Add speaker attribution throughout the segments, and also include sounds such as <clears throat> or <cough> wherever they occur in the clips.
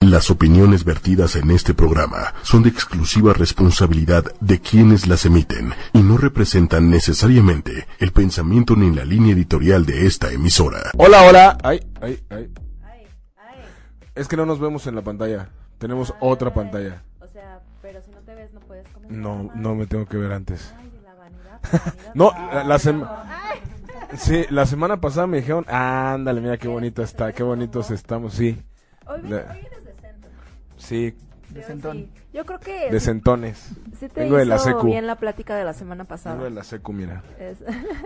Speaker 1: Las opiniones vertidas en este programa son de exclusiva responsabilidad de quienes las emiten y no representan necesariamente el pensamiento ni la línea editorial de esta emisora.
Speaker 2: Hola, hola. Ay, ay, ay. Es que no nos vemos en la pantalla. Tenemos otra pantalla.
Speaker 3: O sea, pero si no te ves, no puedes comer.
Speaker 2: No, no me tengo que ver antes.
Speaker 3: Ay, la vanidad.
Speaker 2: No, la, la sem- Sí, la semana pasada me dijeron, ándale, mira qué bonito está, qué bonitos estamos, sí.
Speaker 3: Hoy
Speaker 2: La-
Speaker 3: vienes decente.
Speaker 2: Sí,
Speaker 3: Yo
Speaker 4: Decentón.
Speaker 3: sí. Yo creo que
Speaker 2: decentones.
Speaker 3: sí te
Speaker 2: Vengo de la
Speaker 3: hizo
Speaker 2: secu.
Speaker 3: bien la plática de la semana pasada.
Speaker 2: Vengo de la secu, mira.
Speaker 3: Es-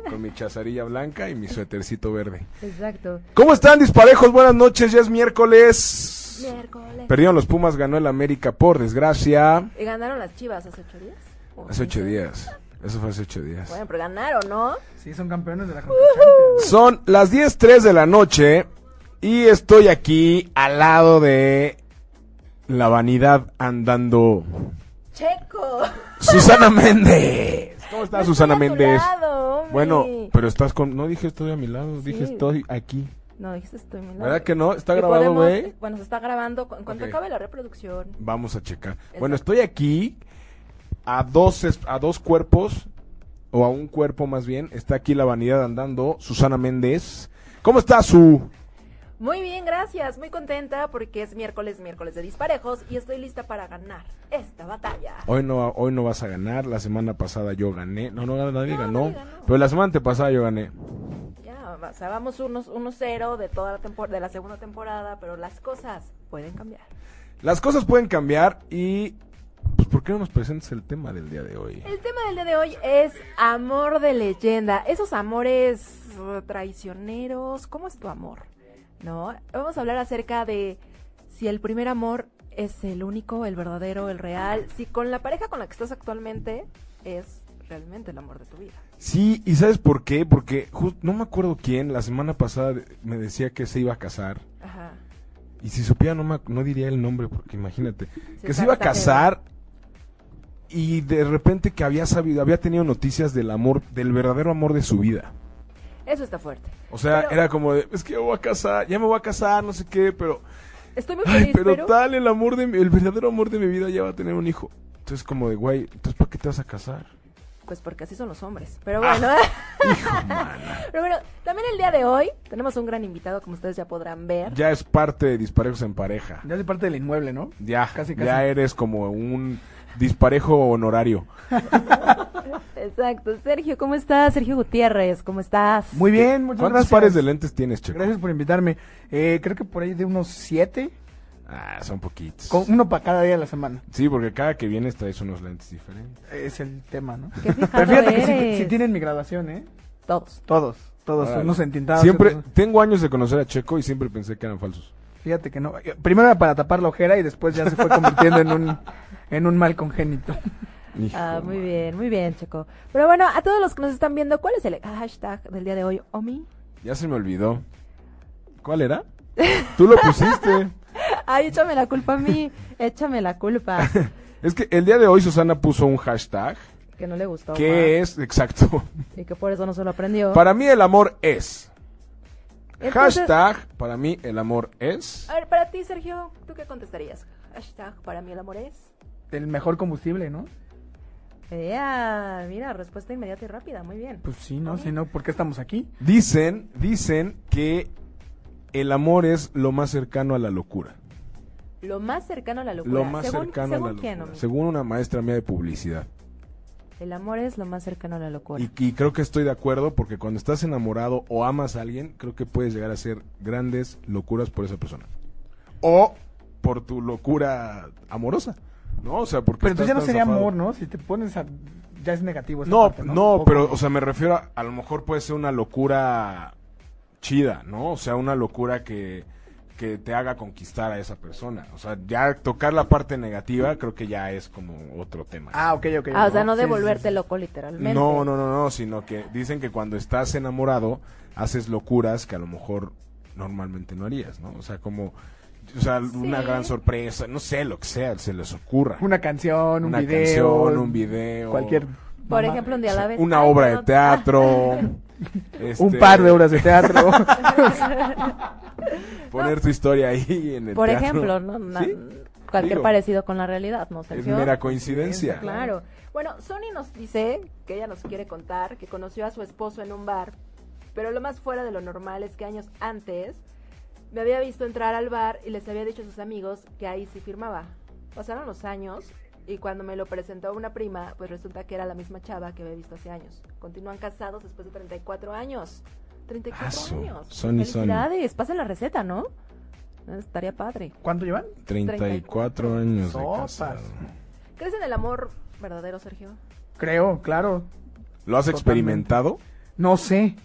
Speaker 2: Con mi chazarilla blanca y mi suétercito verde.
Speaker 3: Exacto.
Speaker 2: ¿Cómo están, disparejos? Buenas noches, ya es miércoles.
Speaker 3: Miércoles.
Speaker 2: Perdieron los Pumas, ganó el América, por desgracia.
Speaker 3: ¿Y ganaron las chivas hace ocho días? ¿O
Speaker 2: Hace ocho
Speaker 3: quince?
Speaker 2: días. Eso fue hace ocho días.
Speaker 3: Bueno, pero ganaron, ¿no?
Speaker 4: Sí, son campeones de la Concachampions.
Speaker 2: Son las 10.03 de la noche y estoy aquí al lado de la vanidad andando.
Speaker 3: ¡Checo! <laughs>
Speaker 2: Susana Méndez. ¿Cómo estás, Susana
Speaker 3: Estoy a tu
Speaker 2: Méndez?
Speaker 3: lado, hombre.
Speaker 2: Bueno, pero estás con... No dije estoy a mi lado, dije
Speaker 3: Sí.
Speaker 2: estoy aquí.
Speaker 3: No, dijiste estoy muy
Speaker 2: ¿Verdad que no? ¿Está grabado, güey?
Speaker 3: Bueno, se está grabando. Cu- En cuanto
Speaker 2: Ok.
Speaker 3: acabe la reproducción.
Speaker 2: Vamos a checar. Bueno, estoy aquí a dos, es- a dos cuerpos, o a un cuerpo más bien. Está aquí la vanidad andando, Susana Méndez. ¿Cómo está su...?
Speaker 3: Muy bien, gracias. Muy contenta porque es miércoles, miércoles de disparejos y estoy lista para ganar esta batalla.
Speaker 2: Hoy no, hoy no vas a ganar, la semana pasada yo gané. No, no, nadie
Speaker 3: No,
Speaker 2: ganó.
Speaker 3: nadie ganó.
Speaker 2: Pero la semana antepasada yo gané.
Speaker 3: Ya, o sea, vamos unos 1-0 de toda la temporada, de la segunda temporada, pero las cosas pueden cambiar.
Speaker 2: Las cosas pueden cambiar y... Pues, ¿por qué no nos presentas el tema del día de hoy?
Speaker 3: El tema del día de hoy es amor de leyenda. Esos amores eh, traicioneros, ¿cómo es tu amor? ¿No? Vamos a hablar acerca de si el primer amor es el único, el verdadero, el real, si con la pareja con la que estás actualmente es realmente el amor de tu vida.
Speaker 2: Sí, ¿y sabes por qué? Porque jus- no me acuerdo quién, la semana pasada de- me decía que se iba a casar.
Speaker 3: Ajá.
Speaker 2: Y si supiera, no, me ac- no diría el nombre, porque imagínate. que
Speaker 3: está-
Speaker 2: se iba a
Speaker 3: está feo.
Speaker 2: casar y de repente que había sabido, había tenido noticias del amor, del verdadero amor de su vida.
Speaker 3: Eso está fuerte.
Speaker 2: O sea,
Speaker 3: Pero-
Speaker 2: era como de, es que yo voy a casar, ya me voy a casar, no sé qué, pero...
Speaker 3: Estoy muy feliz,
Speaker 2: Ay, pero,
Speaker 3: pero
Speaker 2: tal, el amor de mi- el verdadero amor de mi vida ya va a tener un hijo. Entonces como de, güey, entonces ¿para qué te vas a casar?
Speaker 3: Pues porque así son los hombres. Pero bueno. <laughs> Pero bueno, también el día de hoy tenemos un gran invitado, como ustedes ya podrán ver.
Speaker 2: Ya es parte de Disparejos en Pareja.
Speaker 4: Ya hace parte del inmueble, ¿no?
Speaker 2: Ya,
Speaker 4: Casi,
Speaker 2: ya
Speaker 4: casi.
Speaker 2: eres como un disparejo honorario.
Speaker 3: Exacto. Sergio, ¿cómo estás? Sergio Gutiérrez, ¿cómo estás?
Speaker 4: Muy bien, muchas
Speaker 2: ¿Cuántos
Speaker 4: gracias.
Speaker 2: pares de lentes tienes, Checo?
Speaker 4: Gracias por invitarme. Eh, creo que por ahí de unos siete,
Speaker 2: Ah, son poquitos.
Speaker 4: con uno para cada día de la semana.
Speaker 2: Sí, porque cada que vienes traes unos lentes diferentes.
Speaker 4: Es el tema, ¿no?
Speaker 3: Qué fijado
Speaker 4: <laughs> Pero fíjate que
Speaker 3: eres.
Speaker 4: sí, sí tienen mi graduación, ¿eh?
Speaker 3: Todos.
Speaker 4: Todos, todos,
Speaker 2: Órale.
Speaker 4: unos entintados.
Speaker 2: Siempre,
Speaker 4: otros-
Speaker 2: tengo años de conocer a Checo y siempre pensé que eran falsos.
Speaker 4: Fíjate que no. eh, Primero era para tapar la ojera y después ya se fue convirtiendo
Speaker 2: <laughs>
Speaker 4: en un, en un mal congénito.
Speaker 2: Hijo,
Speaker 3: Ah, muy
Speaker 2: man.
Speaker 3: bien, muy bien, Checo. Pero bueno, a todos los que nos están viendo, ¿cuál es el hashtag del día de hoy, Omi? <laughs>
Speaker 2: Ya se me olvidó. ¿Cuál era? Tú lo
Speaker 4: <laughs>
Speaker 2: pusiste.
Speaker 3: Ay, échame la culpa a mí, échame la culpa.
Speaker 2: es que el día de hoy Susana puso un hashtag
Speaker 3: Que no le gustó.
Speaker 2: que es, exacto.
Speaker 3: Y que por eso no se lo aprendió.
Speaker 2: Para mí el amor es.
Speaker 3: Entonces-
Speaker 2: Hashtag, para mí el amor es.
Speaker 3: A ver, para ti, Sergio, ¿tú qué contestarías? Hashtag, para mí el amor es.
Speaker 4: El mejor combustible, ¿no?
Speaker 3: Ea, mira, respuesta inmediata y rápida, muy bien.
Speaker 4: Pues sí, ¿no? Si no, ¿por qué estamos aquí?
Speaker 2: Dicen, dicen que el amor es lo más cercano a la locura.
Speaker 3: Lo más cercano a la locura.
Speaker 2: Lo más
Speaker 3: según,
Speaker 2: cercano
Speaker 3: según
Speaker 2: a la locura.
Speaker 3: quién, Omi?
Speaker 2: Según una maestra mía de publicidad.
Speaker 3: El amor es lo más cercano a la locura.
Speaker 2: Y, y creo que estoy de acuerdo porque cuando estás enamorado o amas a alguien, creo que puedes llegar a hacer grandes locuras por esa persona. O por tu locura amorosa. No, o sea, porque
Speaker 4: Pero entonces
Speaker 2: estás
Speaker 4: ya no
Speaker 2: tan
Speaker 4: sería
Speaker 2: zafado.
Speaker 4: amor, ¿no? Si te pones a... Ya es negativo. esa
Speaker 2: No,
Speaker 4: parte,
Speaker 2: no,
Speaker 4: Tampoco.
Speaker 2: pero o sea, me refiero a a lo mejor puede ser una locura chida, ¿no? O sea, una locura que que te haga conquistar a esa persona. O sea, ya tocar la parte negativa creo que ya es como otro tema.
Speaker 4: Ah, ok, ok.
Speaker 3: Ah, o sea, no
Speaker 4: Sí, sí, sí,
Speaker 3: devolverte
Speaker 4: sí.
Speaker 3: loco literalmente.
Speaker 2: No, no, no, no, sino que dicen que cuando estás enamorado haces locuras que a lo mejor normalmente no harías, ¿no? O sea, como o sea, una
Speaker 3: Sí.
Speaker 2: gran sorpresa, no sé, lo que sea, se les ocurra.
Speaker 4: Una canción, un
Speaker 2: Una
Speaker 4: video.
Speaker 2: canción, un video.
Speaker 4: Cualquier.
Speaker 3: Por
Speaker 4: mamá.
Speaker 3: ejemplo, un día a la vez.
Speaker 2: una
Speaker 3: Ay,
Speaker 2: obra
Speaker 3: no.
Speaker 2: de
Speaker 3: <laughs>
Speaker 2: teatro.
Speaker 4: Un
Speaker 2: este, <laughs>
Speaker 4: par de obras de teatro.
Speaker 2: poner tu historia ahí en el
Speaker 3: Por
Speaker 2: teatro.
Speaker 3: ejemplo, ¿no? Na-
Speaker 2: Sí,
Speaker 3: cualquier
Speaker 2: digo.
Speaker 3: parecido con la realidad, ¿no,
Speaker 2: Es
Speaker 3: Sergio?
Speaker 2: mera coincidencia.
Speaker 3: Claro. Bueno, Sony nos dice que ella nos quiere contar que conoció a su esposo en un bar, pero lo más fuera de lo normal es que años antes me había visto entrar al bar y les había dicho a sus amigos que ahí sí firmaba. Pasaron los años y cuando me lo presentó una prima, pues resulta que era la misma chava que había visto hace años. Continúan casados después de 34 años. 34
Speaker 2: Asu,
Speaker 3: años.
Speaker 2: Sony, Sony.
Speaker 3: Felicidades, pasen la receta, ¿no? Estaría padre.
Speaker 4: ¿Cuánto llevan?
Speaker 2: 34 años de
Speaker 4: Sopas.
Speaker 2: casado.
Speaker 3: ¿Crees en el amor verdadero, Sergio?
Speaker 4: Creo, claro.
Speaker 2: ¿Lo has
Speaker 4: Totalmente.
Speaker 2: experimentado?
Speaker 4: No sé.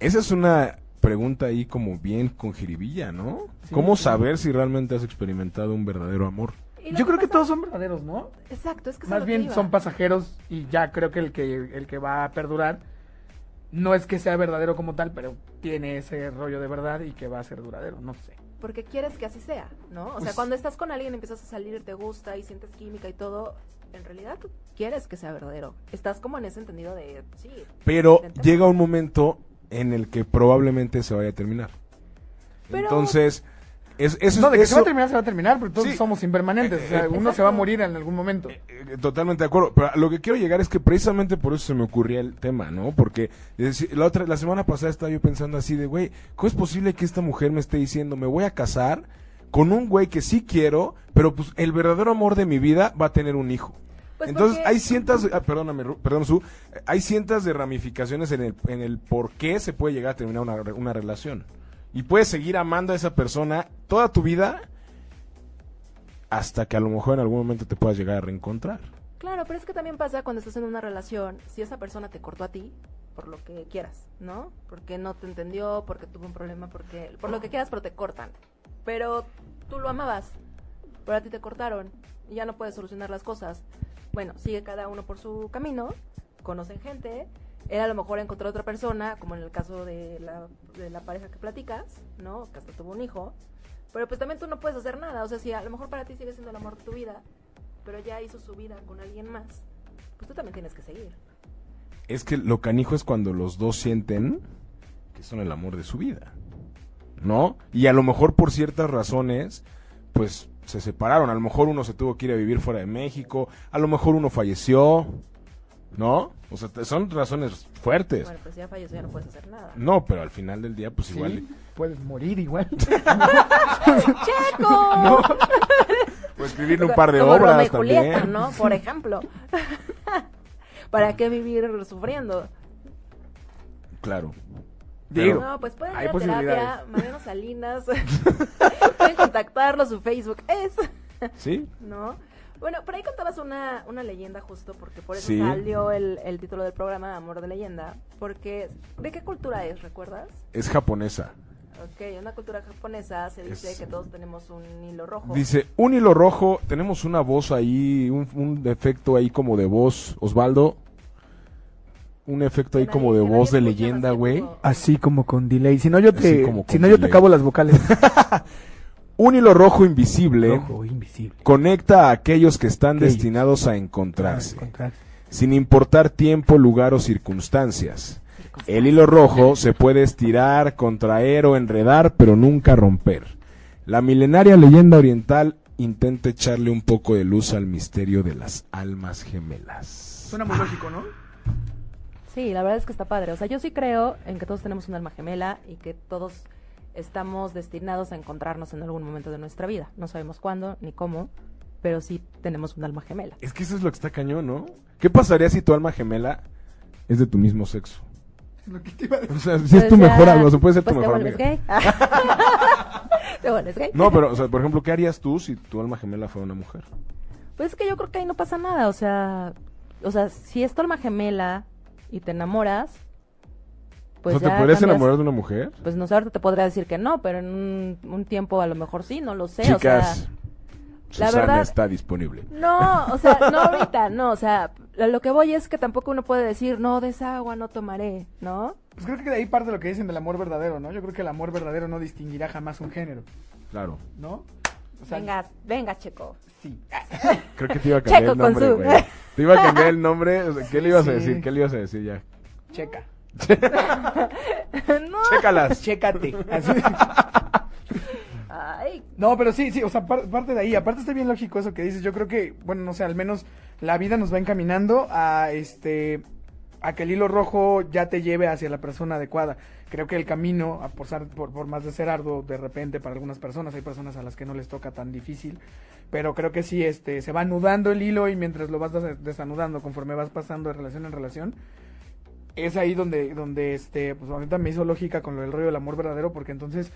Speaker 2: Esa es una pregunta ahí como bien con jiribilla, ¿no?
Speaker 4: Sí,
Speaker 2: ¿Cómo
Speaker 4: sí.
Speaker 2: saber si realmente has experimentado un verdadero amor?
Speaker 3: Y lo
Speaker 4: Yo creo que
Speaker 3: pasa-
Speaker 4: todos son verdaderos, ¿no?
Speaker 3: Exacto, es que es a
Speaker 4: Más
Speaker 3: lo que
Speaker 4: bien
Speaker 3: iba.
Speaker 4: son pasajeros y ya creo que el que el que va a perdurar no es que sea verdadero como tal, pero tiene ese rollo de verdad y que va a ser duradero, no sé.
Speaker 3: Porque quieres que así sea, ¿no? O sea,
Speaker 4: Pues-
Speaker 3: cuando estás con alguien, empiezas a salir, te gusta y sientes química y todo, en realidad tú quieres que sea verdadero. Estás como en ese entendido de, sí,
Speaker 2: Pero
Speaker 3: Intenta.
Speaker 2: llega un momento en el que probablemente se vaya a terminar.
Speaker 3: Pero-
Speaker 2: Entonces, es, eso,
Speaker 4: no, de que se va a
Speaker 2: eso-
Speaker 4: terminar, se va a terminar, pero todos
Speaker 2: Sí.
Speaker 4: somos impermanentes. O sea,
Speaker 2: Eh,
Speaker 4: uno se va a
Speaker 3: exacto.
Speaker 4: morir en algún momento.
Speaker 2: Eh, Totalmente de acuerdo, pero a lo que quiero llegar es que precisamente por eso se me ocurría el tema, ¿no? Porque es decir, la otra la semana pasada estaba yo pensando así de, güey, ¿cómo es posible que esta mujer me esté diciendo, "Me voy a casar con un güey que sí quiero, pero pues el verdadero amor de mi vida va a tener un hijo"?
Speaker 3: Pues
Speaker 2: Entonces,
Speaker 3: porque-
Speaker 2: hay cientas, ah, perdóname, Ru- perdón, Su, eh, hay cientas de ramificaciones en el, en el por qué se puede llegar a terminar una, re- una relación. Y puedes seguir amando a esa persona toda tu vida hasta que a lo mejor en algún momento te puedas llegar a reencontrar.
Speaker 3: claro, pero es que también pasa cuando estás en una relación, si esa persona te cortó a ti, por lo que quieras, ¿no? Porque no te entendió, porque tuvo un problema, porque por lo que quieras, pero te cortan. Pero tú lo amabas, pero a ti te cortaron y ya no puedes solucionar las cosas. Bueno, sigue cada uno por su camino, conocen gente, él a lo mejor encontró otra persona, como en el caso de la, de la pareja que platicas, ¿no? Que hasta tuvo un hijo, pero pues también tú no puedes hacer nada, o sea, si a lo mejor para ti sigue siendo el amor de tu vida, pero ya hizo su vida con alguien más, pues tú también tienes que seguir.
Speaker 2: Es que lo canijo es cuando los dos sienten que son el amor de su vida. ¿No? Y a lo mejor por ciertas razones, pues se separaron. A lo mejor uno se tuvo que ir a vivir fuera de México. A lo mejor uno falleció. ¿No? O sea, te- son razones fuertes.
Speaker 3: Bueno, pues ya falleció, ya no puedes hacer nada.
Speaker 2: No, pero al final del día, pues
Speaker 4: Sí,
Speaker 2: igual.
Speaker 4: puedes morir
Speaker 3: <laughs>
Speaker 4: igual.
Speaker 2: <laughs>
Speaker 3: ¡Checo!
Speaker 2: O pues,
Speaker 3: <laughs>
Speaker 2: escribirle un par de
Speaker 3: Como Romeo y
Speaker 2: obras
Speaker 3: Julieta,
Speaker 2: también.
Speaker 3: ¿no? Por ejemplo. <laughs> ¿Para qué vivir sufriendo?
Speaker 2: Claro.
Speaker 4: Digo,
Speaker 3: No, pues pueden
Speaker 4: hay
Speaker 3: ir a terapia,
Speaker 4: posibilidades.
Speaker 3: Mariano Salinas, <laughs> pueden contactarlo, su Facebook es,
Speaker 2: ¿Sí?
Speaker 3: ¿no? Bueno, por ahí contabas una, una leyenda justo, porque por eso
Speaker 2: Sí.
Speaker 3: salió el, el título del programa, Amor de Leyenda, porque ¿de qué cultura es, recuerdas?
Speaker 2: Es japonesa.
Speaker 3: Ok, en una cultura japonesa se dice
Speaker 2: Es-
Speaker 3: que todos tenemos un hilo rojo.
Speaker 2: Dice, un hilo rojo, tenemos una voz ahí, un, un efecto ahí como de voz, Osvaldo. Un efecto ahí
Speaker 3: Que
Speaker 2: como de
Speaker 3: nadie- que nadie
Speaker 2: voz de
Speaker 3: escucha
Speaker 2: leyenda,
Speaker 3: más que
Speaker 2: güey.
Speaker 3: uno.
Speaker 4: Así como con delay. Si no yo
Speaker 2: Así
Speaker 4: te,
Speaker 2: como con
Speaker 4: si no yo te
Speaker 2: delay.
Speaker 4: acabo las
Speaker 2: <laughs>
Speaker 4: vocales.
Speaker 2: Un hilo rojo invisible
Speaker 4: Ojo, invisible.
Speaker 2: conecta a aquellos que están
Speaker 4: Aquellos.
Speaker 2: destinados a encontrarse,
Speaker 4: Encontrar.
Speaker 2: sin importar tiempo, lugar o circunstancias. El hilo rojo se puede estirar, contraer o enredar, pero nunca romper. La milenaria leyenda oriental intenta echarle un poco de luz al misterio de las almas gemelas.
Speaker 4: Suena muy lógico, ¿no?
Speaker 3: Sí, la verdad es que está padre. O sea, yo sí creo en que todos tenemos un alma gemela y que todos estamos destinados a encontrarnos en algún momento de nuestra vida. No sabemos cuándo ni cómo, pero sí tenemos un alma gemela.
Speaker 2: Es que eso es lo que está cañón, ¿no? ¿Qué pasaría si tu alma gemela es de tu mismo sexo?
Speaker 4: Lo que te iba a decir.
Speaker 2: O sea, si es tu mejor alma, o sea, puede ser tu mejor
Speaker 3: pues, ¿Te vuelves
Speaker 2: amiga.
Speaker 3: gay? ¿Te vuelves gay? <laughs>
Speaker 2: No, pero, o sea, por ejemplo, ¿qué harías tú si tu alma gemela fuera una mujer?
Speaker 3: Pues es que yo creo que ahí no pasa nada, o sea, o sea, si es tu alma gemela y te enamoras, pues
Speaker 2: o sea, ¿te
Speaker 3: ya
Speaker 2: podrías
Speaker 3: cambias-
Speaker 2: enamorar de una mujer?
Speaker 3: Pues no sé, ahorita te podría decir que no, pero en un, un tiempo a lo mejor sí, no lo sé, o sea...
Speaker 2: Chicas,
Speaker 3: la
Speaker 2: Susana
Speaker 3: verdad-
Speaker 2: está disponible.
Speaker 3: No, o sea, no ahorita, no, o sea, a lo que voy es que tampoco uno puede decir, no, de esa agua no tomaré, ¿no?
Speaker 4: Pues creo que de ahí parte lo que dicen del amor verdadero, ¿no? Yo creo que el amor verdadero no distinguirá jamás un género,
Speaker 2: Claro.
Speaker 4: ¿no? O sea,
Speaker 3: Venga, venga, <laughs> Checo.
Speaker 4: Sí.
Speaker 2: Creo que te iba a cambiar
Speaker 3: Checo
Speaker 2: el nombre,
Speaker 3: con su-
Speaker 2: güey. Te iba a cambiar el nombre. o sea, ¿Qué le ibas a
Speaker 4: Sí.
Speaker 2: decir? ¿Qué le ibas a decir ya?
Speaker 4: Checa.
Speaker 3: no,
Speaker 2: Chécalas.
Speaker 4: Chécate. Así. No, pero sí, sí, o sea, par- parte de ahí. Aparte está bien lógico eso que dices. Yo creo que, bueno, no sé, al menos la vida nos va encaminando a este a que el hilo rojo ya te lleve hacia la persona adecuada. Creo que el camino, a por, ser- por, por más de ser arduo de repente para algunas personas, hay personas a las que no les toca tan difícil, pero creo que sí, este, se va anudando el hilo y mientras lo vas des- desanudando, conforme vas pasando de relación en relación, es ahí donde, donde este, pues ahorita me hizo lógica con lo del rollo del amor verdadero, porque entonces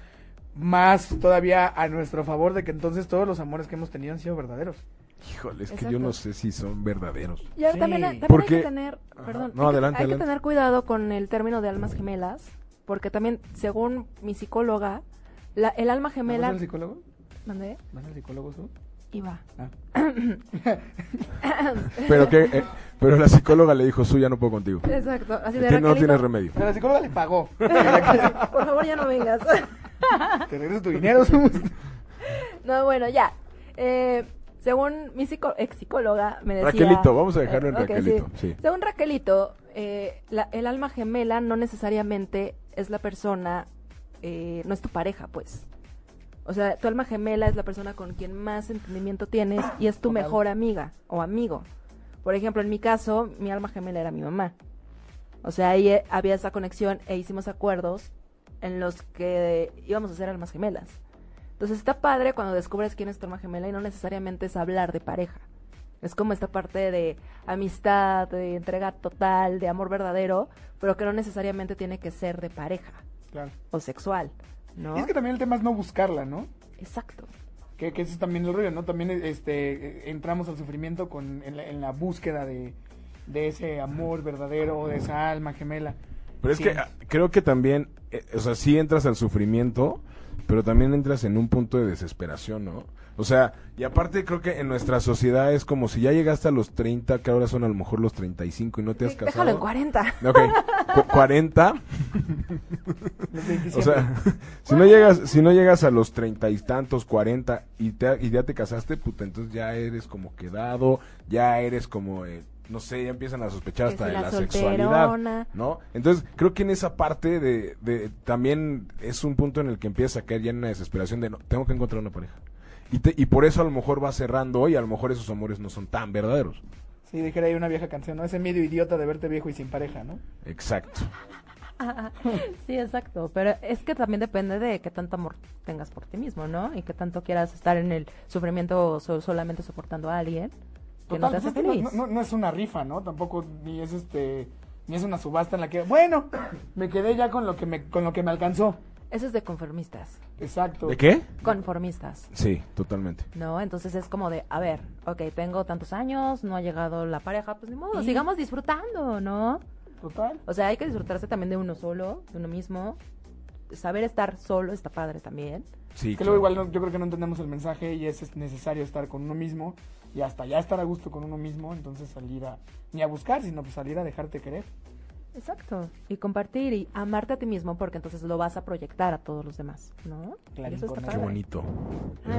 Speaker 4: más todavía a nuestro favor de que entonces todos los amores que hemos tenido han sido verdaderos.
Speaker 2: Híjole, es que
Speaker 3: Exacto.
Speaker 2: yo no sé si son verdaderos.
Speaker 3: Y ahora
Speaker 4: Sí.
Speaker 3: también, también
Speaker 2: Porque-
Speaker 3: hay que tener,
Speaker 2: Ajá.
Speaker 3: perdón,
Speaker 2: No,
Speaker 3: hay que-
Speaker 2: adelante,
Speaker 3: hay que
Speaker 2: adelante.
Speaker 3: tener cuidado con el término de almas gemelas, porque también, según mi psicóloga, la- el alma
Speaker 4: ¿Vas
Speaker 3: gemela,
Speaker 4: al psicólogo?
Speaker 3: mandé,
Speaker 4: ¿Vas al psicólogo tú? Ah.
Speaker 3: y va.
Speaker 2: Pero que, eh, pero la psicóloga le dijo, su ya no puedo contigo.
Speaker 3: Exacto, así de
Speaker 2: Que no
Speaker 3: Raquelito,
Speaker 2: tienes remedio.
Speaker 4: Pero la psicóloga le <laughs> pagó.
Speaker 3: <laughs> por favor ya no vengas. <laughs>
Speaker 4: Te regreso tu <laughs> dinero. Sumus.
Speaker 3: no, bueno, ya. Eh, según mi psico- ex psicóloga, me decía... eh,
Speaker 2: Raquelito, vamos a dejarlo en
Speaker 3: Ok, sí.
Speaker 2: Raquelito. Sí.
Speaker 3: Según Raquelito, eh, la- el alma gemela no necesariamente es la persona, eh, no es tu pareja, pues. O sea, tu alma gemela es la persona con quien más entendimiento tienes y es tu
Speaker 4: Ok.
Speaker 3: mejor amiga o amigo. Por ejemplo, en mi caso, mi alma gemela era mi mamá. O sea, ahí eh, había esa conexión e hicimos acuerdos en los que íbamos a ser almas gemelas. Entonces está padre cuando descubres quién es tu alma gemela y no necesariamente es hablar de pareja. Es como esta parte de amistad, de entrega total, de amor verdadero, pero que no necesariamente tiene que ser de pareja
Speaker 4: Claro.
Speaker 3: o sexual, ¿no?
Speaker 4: Y es que también el tema es no buscarla, ¿no?
Speaker 3: Exacto.
Speaker 4: Que, que ese es también el rollo, ¿no? También este, eh, entramos al sufrimiento con, en, la, en la búsqueda de, de ese amor verdadero, de esa alma gemela.
Speaker 2: Pero es
Speaker 4: Sí.
Speaker 2: que ah, creo que también, eh, o sea, sí entras al sufrimiento, pero también entras en un punto de desesperación, ¿no? O sea, y aparte creo que en nuestra sociedad es como si ya llegaste a los 30, que ahora son a lo mejor los 35 y no te has casado.
Speaker 3: Déjalo en 40.
Speaker 2: Ok, cu- 40.
Speaker 4: Los
Speaker 2: <laughs>
Speaker 4: 27.
Speaker 2: O sea, si no llegas, si no llegas a los treinta y tantos, cuarenta, y, te- y ya te casaste, puta, entonces ya eres como quedado, ya eres como, eh, no sé, ya empiezan a sospechar
Speaker 3: Que
Speaker 2: hasta
Speaker 3: si
Speaker 2: de
Speaker 3: la
Speaker 2: la
Speaker 3: solterona.
Speaker 2: sexualidad, ¿no? Entonces, creo que en esa parte de, de- también es un punto en el que empiezas a caer ya en una desesperación de, no, tengo que encontrar una pareja. Y, te- y por eso a lo mejor va cerrando y a lo mejor esos amores no son tan verdaderos.
Speaker 4: Sí, dijera ahí una vieja canción, ¿no? Ese miedo idiota de verte viejo y sin pareja, ¿no?
Speaker 2: Exacto.
Speaker 3: Sí, exacto. Pero es que también depende de qué tanto amor tengas por ti mismo, ¿no? Y qué tanto quieras estar en el sufrimiento so- solamente soportando a alguien que no te
Speaker 4: pues
Speaker 3: hace
Speaker 4: es que no-
Speaker 3: feliz.
Speaker 4: no- no- no es una rifa, ¿no? Tampoco ni es este ni es una subasta en la que, bueno, me quedé ya con lo que me con lo que me alcanzó.
Speaker 3: Eso es de conformistas.
Speaker 4: Exacto.
Speaker 2: ¿De qué?
Speaker 3: Conformistas.
Speaker 2: Sí, totalmente.
Speaker 3: No, entonces es como de, a ver, ok, tengo tantos años, no ha llegado la pareja, pues ni modo,
Speaker 4: Y-
Speaker 3: sigamos disfrutando, ¿no?
Speaker 4: Total.
Speaker 3: O sea, hay que disfrutarse también de uno solo, de uno mismo. Saber estar solo está padre también.
Speaker 2: Sí,
Speaker 4: Que luego
Speaker 2: claro.
Speaker 4: igual no- yo creo que no entendemos el mensaje y es, es necesario estar con uno mismo y hasta ya estar a gusto con uno mismo, entonces salir a ni a buscar, sino pues salir a dejarte querer.
Speaker 3: Exacto. Y compartir y amarte a ti mismo porque entonces lo vas a proyectar a todos los demás, ¿no?
Speaker 4: Claro,
Speaker 3: Y eso está
Speaker 4: con-
Speaker 3: padre.
Speaker 2: Qué bonito.
Speaker 3: Ah,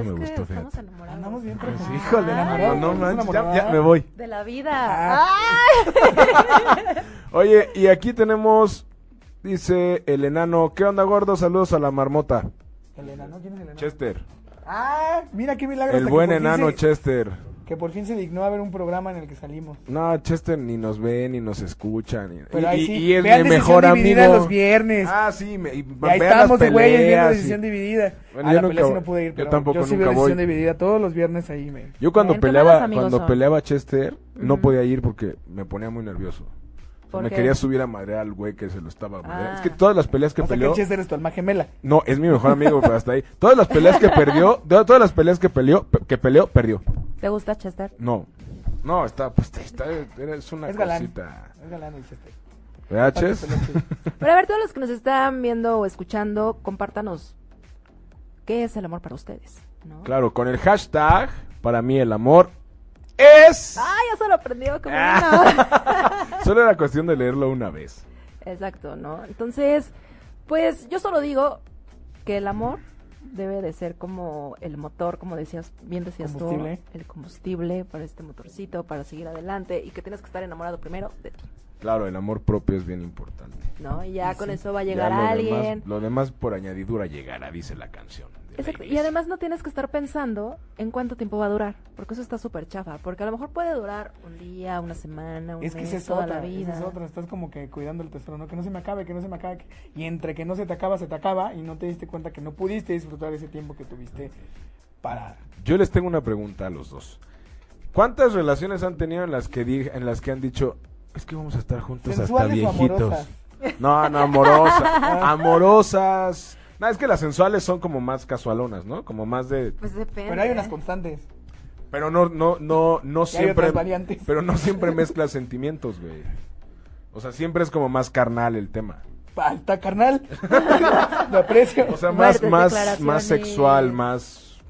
Speaker 2: Eso
Speaker 3: es
Speaker 2: me
Speaker 3: que
Speaker 2: gustó, fíjate. Ah,
Speaker 3: estamos enamorados. Ah,
Speaker 4: Andamos bien
Speaker 3: Ajá.
Speaker 4: tranquilos.
Speaker 2: Híjole, enamorado,
Speaker 4: Ay,
Speaker 2: no
Speaker 4: es
Speaker 2: manches, ya,
Speaker 4: enamorada.
Speaker 2: ya me voy.
Speaker 3: De la vida.
Speaker 4: Ah.
Speaker 3: ¡Ay!
Speaker 2: Oye, y aquí tenemos, dice el enano, ¿qué onda gordo? Saludos a la marmota.
Speaker 4: Elena, ¿no? ¿Quién es Elena?
Speaker 2: Chester,
Speaker 4: Ah, mira qué milagro.
Speaker 2: el
Speaker 4: hasta que
Speaker 2: buen
Speaker 4: por fin
Speaker 2: enano
Speaker 4: se-
Speaker 2: Chester.
Speaker 4: Que por fin se dignó a ver un programa en el que salimos.
Speaker 2: No, Chester ni nos ve, ni nos escucha. Ni,
Speaker 4: Pero
Speaker 2: y,
Speaker 4: ahí
Speaker 2: y-
Speaker 4: sí,
Speaker 2: y es
Speaker 4: vean
Speaker 2: mi
Speaker 4: Decisión
Speaker 2: mejor
Speaker 4: Dividida
Speaker 2: amigo.
Speaker 4: los viernes.
Speaker 2: Ah, sí, me, y
Speaker 4: Y ahí
Speaker 2: vean
Speaker 4: estábamos
Speaker 2: las
Speaker 4: de güeyes viendo
Speaker 2: peleas,
Speaker 4: Decisión
Speaker 2: y-
Speaker 4: Dividida.
Speaker 2: Bueno,
Speaker 4: a
Speaker 2: yo
Speaker 4: la
Speaker 2: nunca
Speaker 4: pelea sí
Speaker 2: voy.
Speaker 4: no pude ir,
Speaker 2: Yo
Speaker 4: pero
Speaker 2: tampoco
Speaker 4: yo sí
Speaker 2: nunca
Speaker 4: veo Decisión
Speaker 2: voy.
Speaker 4: Dividida todos los viernes ahí, me.
Speaker 2: Yo cuando
Speaker 3: Ven, qué malos
Speaker 2: peleaba,
Speaker 3: amigos
Speaker 2: cuando
Speaker 3: son.
Speaker 2: peleaba Chester, no
Speaker 3: Ujú.
Speaker 2: podía ir porque me ponía muy nervioso. O sea,
Speaker 3: ¿Por
Speaker 2: me
Speaker 3: qué?
Speaker 2: quería subir a madrear al güey que se lo estaba. madreando.
Speaker 3: Ah.
Speaker 2: Es que todas las peleas que
Speaker 4: O sea,
Speaker 2: peleó.
Speaker 4: que Chester es tu alma gemela.
Speaker 2: No, es mi mejor amigo, pero hasta ahí. Todas las peleas que perdió, to- todas las peleas que peleó, pe- que peleó, perdió.
Speaker 3: ¿Te gusta Chester?
Speaker 2: No. No, está, pues está, era- es una
Speaker 4: Es galán.
Speaker 2: cosita.
Speaker 4: Es galán el Chester.
Speaker 2: ¿Verdad,
Speaker 4: Aparte,
Speaker 2: Ches?
Speaker 4: peluche.
Speaker 3: Pero a ver, todos los que nos están viendo o escuchando, compártanos qué es el amor para ustedes, ¿no?
Speaker 2: Claro, con el hashtag, para mí el amor
Speaker 3: <laughs>
Speaker 2: es...
Speaker 3: ¡Ah, ya se lo aprendió! ¡Qué
Speaker 2: Ah. <laughs> Solo era cuestión de leerlo una vez.
Speaker 3: bueno! Exacto, ¿no? Entonces, pues yo solo digo que el amor debe de ser como el motor, como decías, bien decías
Speaker 4: Combustible.
Speaker 3: tú, el combustible para este motorcito, para seguir adelante y que tienes que estar enamorado primero de ti,
Speaker 2: Claro, el amor propio es bien importante.
Speaker 3: ¿no? Y ya con eso va a
Speaker 2: Ya
Speaker 3: llegar
Speaker 2: lo
Speaker 3: alguien.
Speaker 2: Demás, lo demás por añadidura llegará, dice la canción. de la
Speaker 3: Exacto. Y
Speaker 2: iglesia.
Speaker 3: además no tienes que estar pensando en cuánto tiempo va a durar, porque eso está súper chafa, porque a lo mejor puede durar un día, una semana, un
Speaker 4: Es que
Speaker 3: mes,
Speaker 4: esa es
Speaker 3: toda
Speaker 4: otra,
Speaker 3: la vida.
Speaker 4: esa es otra, estás como que cuidando el tesoro, ¿no? Que no se me acabe, que no se me acabe. que- Y entre que no se te acaba, se te acaba y no te diste cuenta que no pudiste disfrutar ese tiempo que tuviste para...
Speaker 2: Yo les tengo una pregunta a los dos. ¿Cuántas relaciones han tenido en las que di- en las que han dicho es que vamos a estar juntos hasta
Speaker 4: Sensuales o
Speaker 2: viejitos?
Speaker 4: amorosas.
Speaker 2: No, no,
Speaker 4: <laughs>
Speaker 2: amorosa, amorosas. No, es que las sensuales son como más casualonas, ¿no? Como más de
Speaker 3: Pues depende.
Speaker 4: Pero hay unas constantes.
Speaker 2: pero no no no no
Speaker 4: Y hay
Speaker 2: siempre
Speaker 4: otras variantes.
Speaker 2: pero no
Speaker 4: <laughs>
Speaker 2: siempre mezclas sentimientos, güey. O sea, siempre es como más carnal el tema.
Speaker 4: Falta, carnal. <laughs> Lo aprecio.
Speaker 2: O sea, más
Speaker 3: Fuertes
Speaker 2: más
Speaker 3: declaraciones.
Speaker 2: más sexual, más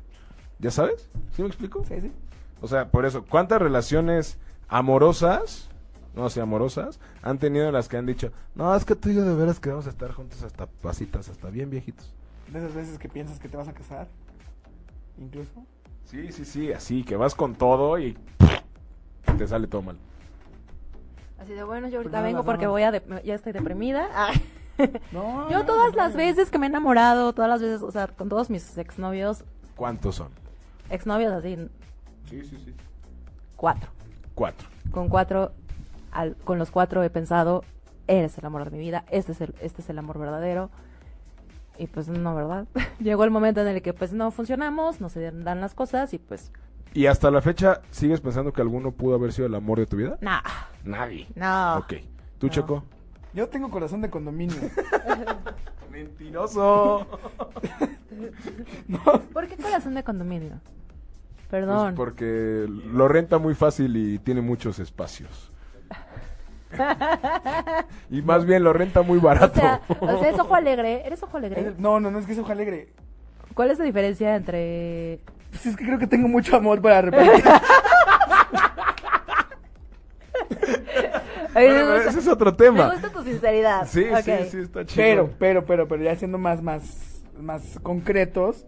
Speaker 2: ¿Ya sabes? ¿Sí me explico?
Speaker 4: Sí, sí.
Speaker 2: O sea, por eso, ¿cuántas relaciones amorosas, no sé, amorosas, han tenido las que han dicho, no, es que tú y yo de veras que vamos a estar juntos hasta pasitas, hasta bien viejitos?
Speaker 4: De esas veces que piensas que te vas a casar. Incluso.
Speaker 2: Sí, sí, sí, así, que vas con todo y te sale todo mal.
Speaker 3: Así de bueno, yo ahorita
Speaker 4: Primero
Speaker 3: vengo
Speaker 4: las
Speaker 3: porque
Speaker 4: damas.
Speaker 3: voy a de- ya estoy deprimida. Ah.
Speaker 4: No.
Speaker 3: Yo
Speaker 4: no,
Speaker 3: todas
Speaker 4: no,
Speaker 3: las
Speaker 4: no.
Speaker 3: veces que me he enamorado, todas las veces, o sea, con todos mis exnovios,
Speaker 2: ¿Cuántos son?
Speaker 3: exnovios así,
Speaker 2: Sí, sí, sí.
Speaker 3: cuatro.
Speaker 2: Cuatro.
Speaker 3: Con cuatro, al- con los cuatro he pensado, eres el amor de mi vida, este es el, este es el amor verdadero. Y pues no, ¿verdad? <laughs> Llegó el momento en el que pues no funcionamos, no se dan las cosas y pues
Speaker 2: ¿Y hasta la fecha sigues pensando que alguno pudo haber sido el amor de tu vida?
Speaker 3: nada,
Speaker 2: Nadie.
Speaker 3: no.
Speaker 2: Ok. ¿Tú,
Speaker 3: Ah. No.
Speaker 2: Checo?
Speaker 4: Yo tengo corazón de
Speaker 3: <laughs>
Speaker 4: condominio.
Speaker 3: ¿Eh?
Speaker 2: Mentiroso.
Speaker 3: ¿Por qué corazón de condominio? Perdón.
Speaker 2: porque lo renta muy fácil y tiene muchos
Speaker 3: <laughs>
Speaker 2: espacios. y más bien lo renta muy
Speaker 3: O
Speaker 2: barato. <laughs>
Speaker 3: sea, o sea, es ojo alegre, eres ojo
Speaker 4: Es
Speaker 3: alegre.
Speaker 4: el- Eh, No, no, no es que es hoja alegre.
Speaker 3: ¿Cuál es la diferencia entre
Speaker 4: Pues es que creo que tengo mucho amor para repartir.
Speaker 3: <laughs> Ay,
Speaker 2: Bueno,
Speaker 3: me,
Speaker 2: pero ese
Speaker 3: gusta,
Speaker 2: es otro
Speaker 3: me
Speaker 2: tema.
Speaker 3: gusta tu sinceridad.
Speaker 2: Sí,
Speaker 3: Ok.
Speaker 2: sí, sí, está chido.
Speaker 4: pero, pero, pero, pero ya siendo más, más, más concretos.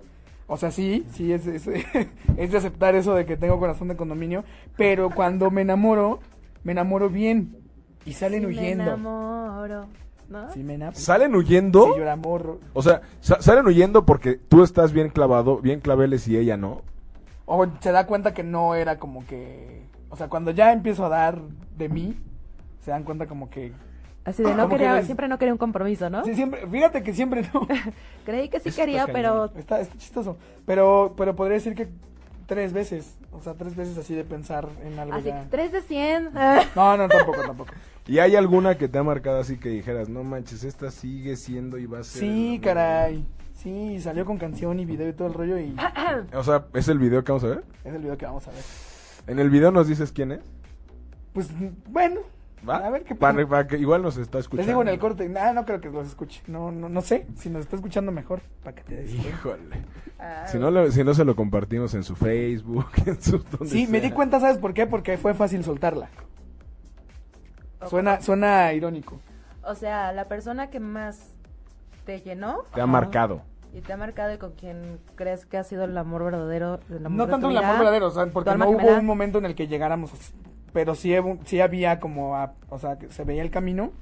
Speaker 4: O sea, sí, sí, es, es, <laughs> es de aceptar eso de que tengo corazón de condominio. Pero cuando me enamoro, me enamoro bien. Y salen
Speaker 3: Si
Speaker 4: huyendo.
Speaker 3: Me enamoro, ¿no?
Speaker 4: Si me enamoro.
Speaker 2: ¿Salen huyendo?
Speaker 4: Si yo era morro.
Speaker 2: O sea, sa- salen huyendo porque tú estás bien clavado, bien claveles y ella no.
Speaker 4: O se da cuenta que no era como que. O sea, cuando ya empiezo a dar de mí, se dan cuenta como que.
Speaker 3: Así de no
Speaker 4: ¿Cómo que
Speaker 3: quería,
Speaker 4: ves?
Speaker 3: siempre no quería un compromiso, ¿no?
Speaker 4: Sí, siempre, fíjate que siempre
Speaker 3: <laughs>
Speaker 4: no.
Speaker 3: Creí que
Speaker 2: Eso
Speaker 3: sí
Speaker 2: está
Speaker 3: quería, pero
Speaker 4: Está, está chistoso. Pero, pero podría decir que tres veces. O sea, tres veces así de pensar en algo
Speaker 3: así
Speaker 4: ya.
Speaker 3: 3 de
Speaker 4: <laughs>
Speaker 3: Ah. 100.
Speaker 4: No, no, tampoco, tampoco.
Speaker 2: ¿Y hay alguna que te ha marcado así que dijeras, no manches, esta sigue siendo y va a ser...
Speaker 4: Sí,
Speaker 2: el amor"?
Speaker 4: caray. Sí, salió con canción y video y todo el
Speaker 3: <laughs>
Speaker 4: rollo y
Speaker 2: O sea, ¿es el video que vamos a ver?
Speaker 4: es el video que vamos a ver.
Speaker 2: En el video nos dices quién es.
Speaker 4: Pues bueno,
Speaker 2: ¿Va?
Speaker 4: a ver qué pasa.
Speaker 2: Para, para que igual nos está escuchando.
Speaker 4: Les digo en el corte, nah, no creo que los escuche. No, no, no sé. Si nos está escuchando mejor, para que te des cuenta.
Speaker 2: Híjole. Si no, lo- si no se lo compartimos en su Facebook, <laughs> en su... donde
Speaker 4: Sí, me
Speaker 2: sea.
Speaker 4: di cuenta, ¿sabes por qué? Porque fue fácil soltarla. Suena, suena irónico.
Speaker 3: o sea, la persona que más te llenó
Speaker 2: Te ha marcado.
Speaker 3: y te ha marcado y con quien crees que ha sido el amor verdadero, el amor
Speaker 4: No
Speaker 3: de
Speaker 4: tanto
Speaker 3: tu
Speaker 4: el amor
Speaker 3: vida,
Speaker 4: verdadero, o sea,
Speaker 3: tu
Speaker 4: porque
Speaker 3: alma
Speaker 4: no hubo
Speaker 3: gemela.
Speaker 4: un momento en el que llegáramos, así, pero sí, hubo- sí había como, a- o sea, que se veía el camino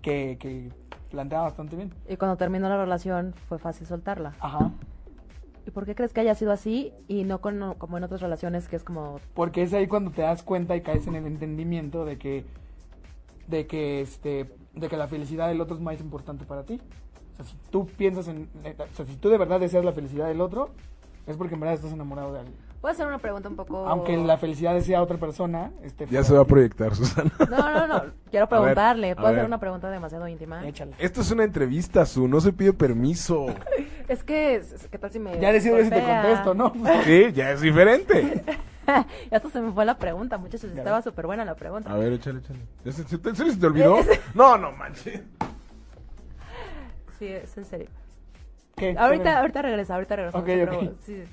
Speaker 4: que, que planteaba bastante bien.
Speaker 3: Y cuando terminó la relación fue fácil soltarla.
Speaker 4: Ajá.
Speaker 3: ¿Y por qué crees que haya sido así y no con- como en otras relaciones que es como
Speaker 4: Porque es ahí cuando te das cuenta y caes en el entendimiento de que, de que, este, de que la felicidad del otro es más importante para ti. O sea, si tú piensas en, eh, o sea, si tú de verdad deseas la felicidad del otro, es porque en verdad estás enamorado de alguien.
Speaker 3: Voy a hacer una pregunta un poco.
Speaker 4: Aunque la felicidad sea otra persona, este,
Speaker 2: Ya
Speaker 4: fuera
Speaker 2: se va a
Speaker 4: de ti.
Speaker 2: proyectar, <laughs> Susana.
Speaker 3: No, no,
Speaker 4: <laughs>
Speaker 3: no. Quiero
Speaker 2: A ver,
Speaker 3: preguntarle.
Speaker 2: a
Speaker 3: ¿Puedo hacer
Speaker 2: ver.
Speaker 3: una pregunta demasiado íntima?
Speaker 4: Échala.
Speaker 2: Esto es una entrevista, Su. No se pide
Speaker 4: <laughs>
Speaker 2: permiso.
Speaker 3: Es que, es- es- ¿qué tal si me.
Speaker 4: Ya decido si te
Speaker 3: golpea? <laughs>
Speaker 4: contesto, ¿no? Pues,
Speaker 2: Sí, ya es diferente.
Speaker 3: ya hasta se me fue la pregunta, muchachos.
Speaker 4: Ya
Speaker 3: Estaba
Speaker 4: ves.
Speaker 3: súper buena la
Speaker 2: A
Speaker 3: pregunta.
Speaker 2: ver, échale, échale. ¿Ya se, se te, se te
Speaker 4: <laughs>
Speaker 2: olvidó? No, no manches.
Speaker 3: Sí, es en serio.
Speaker 2: Eh,
Speaker 4: ¿Qué?
Speaker 3: Ahorita, ahorita regresa, ahorita regresa.
Speaker 4: Ok, ok.
Speaker 3: Sí,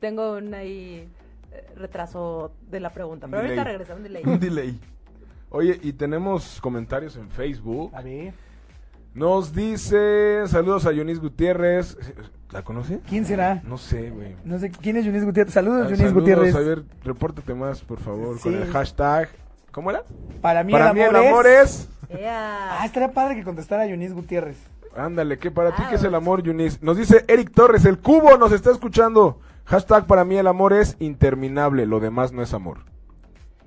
Speaker 3: tengo un ahí eh, retraso de la pregunta. Pero
Speaker 2: Un
Speaker 3: ahorita
Speaker 2: delay.
Speaker 3: regresa, un delay.
Speaker 2: Un delay. Oye, y tenemos comentarios en Facebook.
Speaker 4: A ver.
Speaker 2: Nos dice, saludos a Yunis Gutiérrez. ¿La conoce?
Speaker 4: ¿Quién será?
Speaker 2: No sé, güey.
Speaker 4: No sé, ¿quién es Yunis Gutiérrez? Saludos,
Speaker 2: Ah,
Speaker 4: Yunis
Speaker 2: saludos,
Speaker 4: Gutiérrez.
Speaker 2: A ver, repórtate más, por favor, con
Speaker 4: Sí.
Speaker 2: el hashtag. ¿Cómo era?
Speaker 4: Para mí,
Speaker 2: Para
Speaker 4: el,
Speaker 2: mí
Speaker 4: amor
Speaker 2: el amor es...
Speaker 3: <laughs> Ea.
Speaker 2: Ah,
Speaker 4: Ah, estaría padre que contestara Yunis Gutiérrez.
Speaker 2: Ándale, que para ti qué es el amor, Yunis. Nos dice Eric Torres, el cubo nos está escuchando. Hashtag para mí el amor es interminable, lo demás no es amor.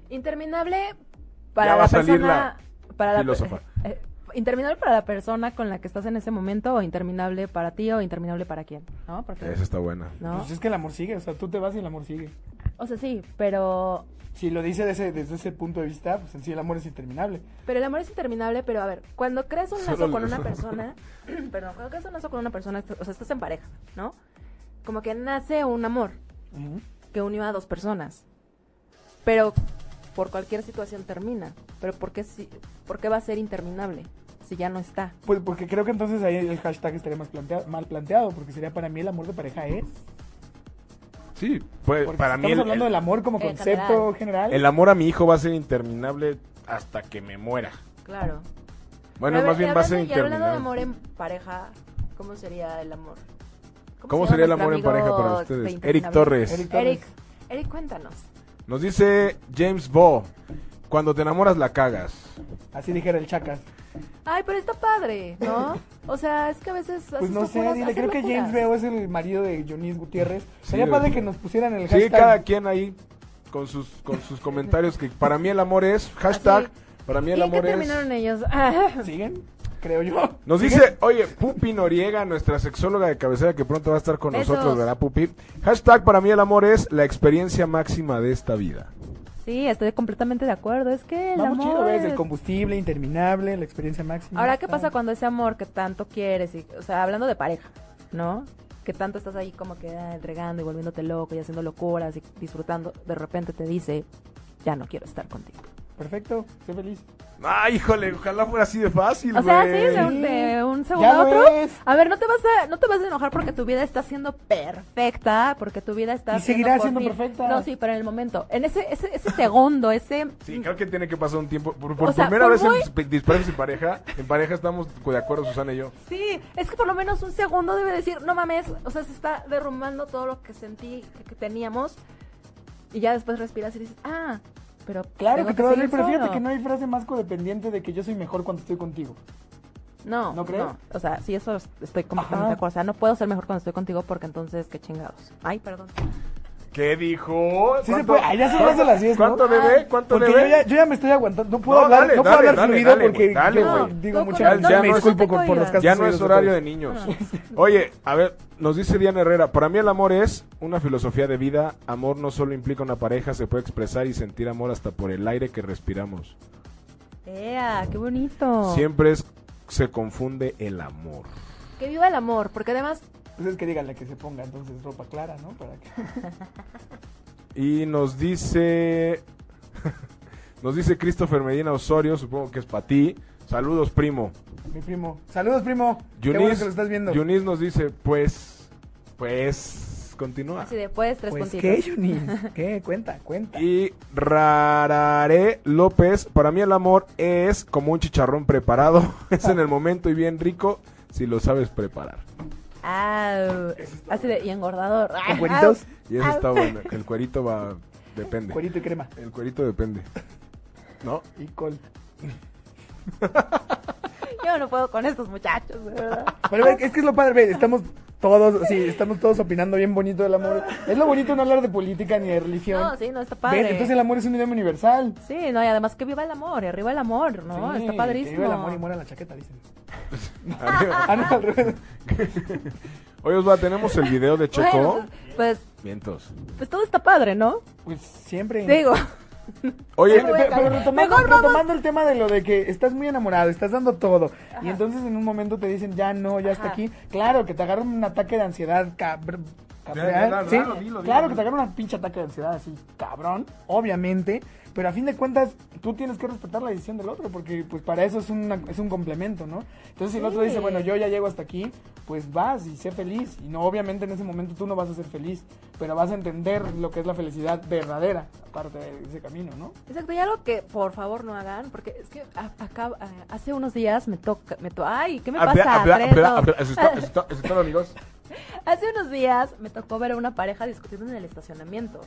Speaker 3: Interminable
Speaker 2: Ya
Speaker 3: para
Speaker 2: va
Speaker 3: la
Speaker 2: a salir
Speaker 3: persona. para la-
Speaker 2: filósofa.
Speaker 3: <laughs> eh, interminable para la persona con la que estás en ese momento, o interminable para ti, o interminable para quién, ¿no? Porque,
Speaker 2: Esa está buena.
Speaker 3: ¿no?
Speaker 4: Pues es que el amor sigue, o sea, tú te vas y el amor sigue.
Speaker 3: O sea, sí, pero.
Speaker 4: Si lo dice de ese- desde ese punto de vista, pues en sí el amor es interminable.
Speaker 3: Pero el amor es interminable, pero a ver, cuando creas un lazo
Speaker 2: Solo
Speaker 3: con
Speaker 2: los- <laughs>
Speaker 3: una persona, <clears throat> perdón, cuando creas un lazo con una persona, est- o sea, estás en pareja, ¿no? Como que nace un amor que unió a dos personas. Pero por cualquier situación termina. Pero ¿por qué, si, ¿por qué va a ser interminable si ya no está?
Speaker 4: Pues porque creo que entonces ahí el hashtag estaría más plantea- mal planteado, porque sería para mí el amor de pareja es.
Speaker 2: Sí, pues
Speaker 4: Porque
Speaker 2: para
Speaker 4: si
Speaker 2: mí
Speaker 4: estamos
Speaker 2: el,
Speaker 4: hablando del amor como
Speaker 3: En
Speaker 4: concepto general.
Speaker 2: el amor a mi hijo va a ser interminable hasta que me muera.
Speaker 3: Claro.
Speaker 2: Bueno,
Speaker 3: A ver,
Speaker 2: más
Speaker 3: y
Speaker 2: bien va a ser
Speaker 3: hablando- Y hablando de
Speaker 2: interminable.
Speaker 3: amor en pareja, ¿cómo sería el amor?
Speaker 2: ¿Cómo sería el
Speaker 3: nuestro
Speaker 2: amor en pareja
Speaker 3: amigo
Speaker 2: para
Speaker 3: de
Speaker 2: ustedes?
Speaker 3: interminable?
Speaker 2: Eric Torres.
Speaker 4: Eric Torres.
Speaker 3: Eric, Eric, cuéntanos.
Speaker 2: Nos dice James Bo, cuando te enamoras la cagas.
Speaker 4: Así dijera el Chacas.
Speaker 3: Ay, pero está padre, ¿no? O sea, es que a veces haces
Speaker 4: Pues no sé,
Speaker 3: locuras,
Speaker 4: dile,
Speaker 3: haces
Speaker 4: creo que
Speaker 3: locuras.
Speaker 4: James Beo es el marido de Johnny Gutiérrez.
Speaker 2: Sí,
Speaker 4: sería padre
Speaker 2: güey.
Speaker 4: que nos pusieran el
Speaker 2: Sigue
Speaker 4: hashtag.
Speaker 2: cada quien ahí con sus con sus comentarios que para mí el amor es hashtag,
Speaker 3: Así.
Speaker 2: para mí
Speaker 3: ¿Y
Speaker 2: el
Speaker 3: en qué
Speaker 2: amor es
Speaker 3: terminaron ellos? <laughs>
Speaker 4: ¿Siguen? Creo yo.
Speaker 2: Nos dice, oye, Pupi Noriega, nuestra sexóloga de cabecera que pronto va a estar con
Speaker 3: Besos.
Speaker 2: nosotros, ¿verdad, Pupi? Hashtag para mí el amor es la experiencia máxima de esta vida.
Speaker 3: sí, estoy completamente de acuerdo. Es que el
Speaker 4: Vamos
Speaker 3: amor...
Speaker 4: chido, ¿ves?
Speaker 3: es-
Speaker 4: El combustible, interminable, la experiencia máxima.
Speaker 3: Ahora, ¿qué pasa cuando ese amor que tanto quieres, y- o sea, hablando de pareja, ¿no? Que tanto estás ahí como que ah, entregando y volviéndote loco y haciendo locuras y disfrutando, de repente te dice, ya no quiero estar contigo.
Speaker 4: Perfecto, sé feliz.
Speaker 2: Ay, híjole, ojalá fuera así de fácil,
Speaker 3: O sea, sí,
Speaker 2: güey.
Speaker 3: de un, de un segundo a
Speaker 4: lo
Speaker 3: otro.
Speaker 4: es.
Speaker 3: A ver, no te vas a, no te vas a enojar porque tu vida está siendo perfecta, porque tu vida está
Speaker 4: Y seguirá
Speaker 3: por
Speaker 4: siendo
Speaker 3: fin-
Speaker 4: perfecta.
Speaker 3: No, sí, pero en el momento, en ese, ese, ese segundo, ese
Speaker 2: Sí, creo que tiene que pasar un tiempo. Por, por
Speaker 3: O sea,
Speaker 2: primera
Speaker 3: por
Speaker 2: vez en
Speaker 3: muy-
Speaker 2: Disp- Dispares y Pareja, en pareja estamos de acuerdo Susana y yo.
Speaker 3: Sí, es que por lo menos un segundo debe decir, no mames, o sea, se está derrumbando todo lo que sentí, que, que teníamos. Y ya después respiras y dices, ah, pero.
Speaker 4: Claro
Speaker 3: tengo
Speaker 4: que te va a doler,
Speaker 3: seguir
Speaker 4: pero fíjate
Speaker 3: solo".
Speaker 4: que no hay frase más codependiente de que yo soy mejor cuando estoy contigo.
Speaker 3: No,
Speaker 4: ¿No
Speaker 3: no
Speaker 4: crees?
Speaker 3: creo. O sea, sí, eso es- estoy completamente
Speaker 4: Ajá.
Speaker 3: de acuerdo. O sea, no puedo ser mejor cuando estoy contigo porque entonces, qué chingados. Ay, perdón.
Speaker 2: ¿Qué dijo?
Speaker 4: Sí se puede. Ay, ya son más de las 10, ¿no? Ah.
Speaker 2: ¿Cuánto debe? ¿Cuánto
Speaker 4: Porque
Speaker 2: debe?
Speaker 4: yo ya, yo ya me estoy aguantando. No puedo
Speaker 2: No,
Speaker 4: hablar,
Speaker 2: dale,
Speaker 4: no puedo
Speaker 2: dale,
Speaker 4: hablar
Speaker 2: dale,
Speaker 4: fluido
Speaker 2: dale,
Speaker 4: porque
Speaker 2: dale,
Speaker 4: yo
Speaker 3: güey.
Speaker 4: digo
Speaker 3: No,
Speaker 4: muchas
Speaker 2: no, no,
Speaker 4: me
Speaker 2: no,
Speaker 4: disculpo
Speaker 3: no te
Speaker 4: con- por los
Speaker 3: cohibas.
Speaker 4: casos.
Speaker 2: Ya no es
Speaker 4: oídos
Speaker 2: horario de
Speaker 4: otra vez.
Speaker 2: niños. <laughs> Oye, a ver, nos dice Diana Herrera, para mí el amor es una filosofía de vida. Amor no solo implica una pareja, se puede expresar y sentir amor hasta por el aire que respiramos.
Speaker 3: ¡Ea! ¡Qué bonito!
Speaker 2: Siempre es- se confunde el amor.
Speaker 3: Que viva el amor, porque además.
Speaker 4: Pues es que díganle que se ponga entonces ropa clara, ¿no? Para que... <laughs>
Speaker 2: Y nos dice... <laughs> nos dice Christopher Medina Osorio, supongo que es para ti. Saludos, primo.
Speaker 4: Mi primo. Saludos, primo. Qué bueno
Speaker 2: Yunis-
Speaker 4: que lo estás viendo.
Speaker 2: Yunis nos dice, pues... Pues... Continúa.
Speaker 3: Así de, pues, tres
Speaker 4: Pues
Speaker 3: puntitos.
Speaker 4: qué, Yunis.
Speaker 3: <laughs>
Speaker 4: ¿Qué? Cuenta, cuenta.
Speaker 2: Y Rararé López, para mí el amor es como un chicharrón preparado, <laughs> es en el momento y bien rico si lo sabes preparar.
Speaker 3: Au. Así de, y engordador. <laughs>
Speaker 4: Con cueritos.
Speaker 2: Y eso
Speaker 3: Ah.
Speaker 2: está bueno, el cuerito va, depende.
Speaker 4: Cuerito y crema.
Speaker 2: El cuerito depende. ¿No? <laughs>
Speaker 4: Y
Speaker 3: <laughs>
Speaker 4: col.
Speaker 3: Yo no puedo con estos muchachos, de
Speaker 4: <laughs>
Speaker 3: verdad.
Speaker 4: Pero ve, es que es lo padre, ve, estamos todos, sí, estamos todos opinando bien bonito del amor. Es lo bonito no hablar de política ni de religión.
Speaker 3: No, sí, no está padre.
Speaker 4: Ve, entonces el amor es un idioma universal.
Speaker 3: Sí, no, y además que viva el amor, y arriba el amor, ¿no?
Speaker 4: Sí,
Speaker 3: Está
Speaker 4: Que
Speaker 3: padrísimo.
Speaker 4: viva el amor y muera la chaqueta, dicen. Ah, no, al revés.
Speaker 2: Hoy os va, tenemos el video de Chocó.
Speaker 3: Bueno, pues,
Speaker 2: Mientos.
Speaker 3: pues todo está padre, ¿no?
Speaker 4: Pues siempre.
Speaker 3: Digo, <laughs>
Speaker 2: Oye,
Speaker 4: Pero, pero- pero retomando,
Speaker 3: Mejor vamos.
Speaker 4: retomando el tema de lo de que estás muy enamorado, estás dando todo, y entonces en un momento te dicen, ya no, ya hasta
Speaker 3: Ajá.
Speaker 4: aquí. Claro, que te agarra un ataque de ansiedad, cabrón.
Speaker 2: Ya, ya,
Speaker 4: ¿sí?
Speaker 2: raro, dilo, dilo,
Speaker 4: claro que
Speaker 2: dilo.
Speaker 4: te agarra un pinche ataque de ansiedad así, cabrón, obviamente, pero a fin de cuentas tú tienes que respetar la decisión del otro, porque pues para eso es, una- es un complemento, ¿no? Entonces si el otro
Speaker 3: Sí.
Speaker 4: dice, bueno, yo ya llego hasta aquí, pues vas y sé feliz, y no, obviamente en ese momento tú no vas a ser feliz, pero vas a entender lo que es la felicidad verdadera, aparte de ese camino, ¿no?
Speaker 3: exacto, y algo que por favor no hagan, porque es que a- acá, a- hace unos días me toca, me to- ay, ¿qué me pasa? Atrezo. <laughs>
Speaker 2: están amigos.
Speaker 3: Hace unos días me tocó ver a una pareja discutiendo en el estacionamiento.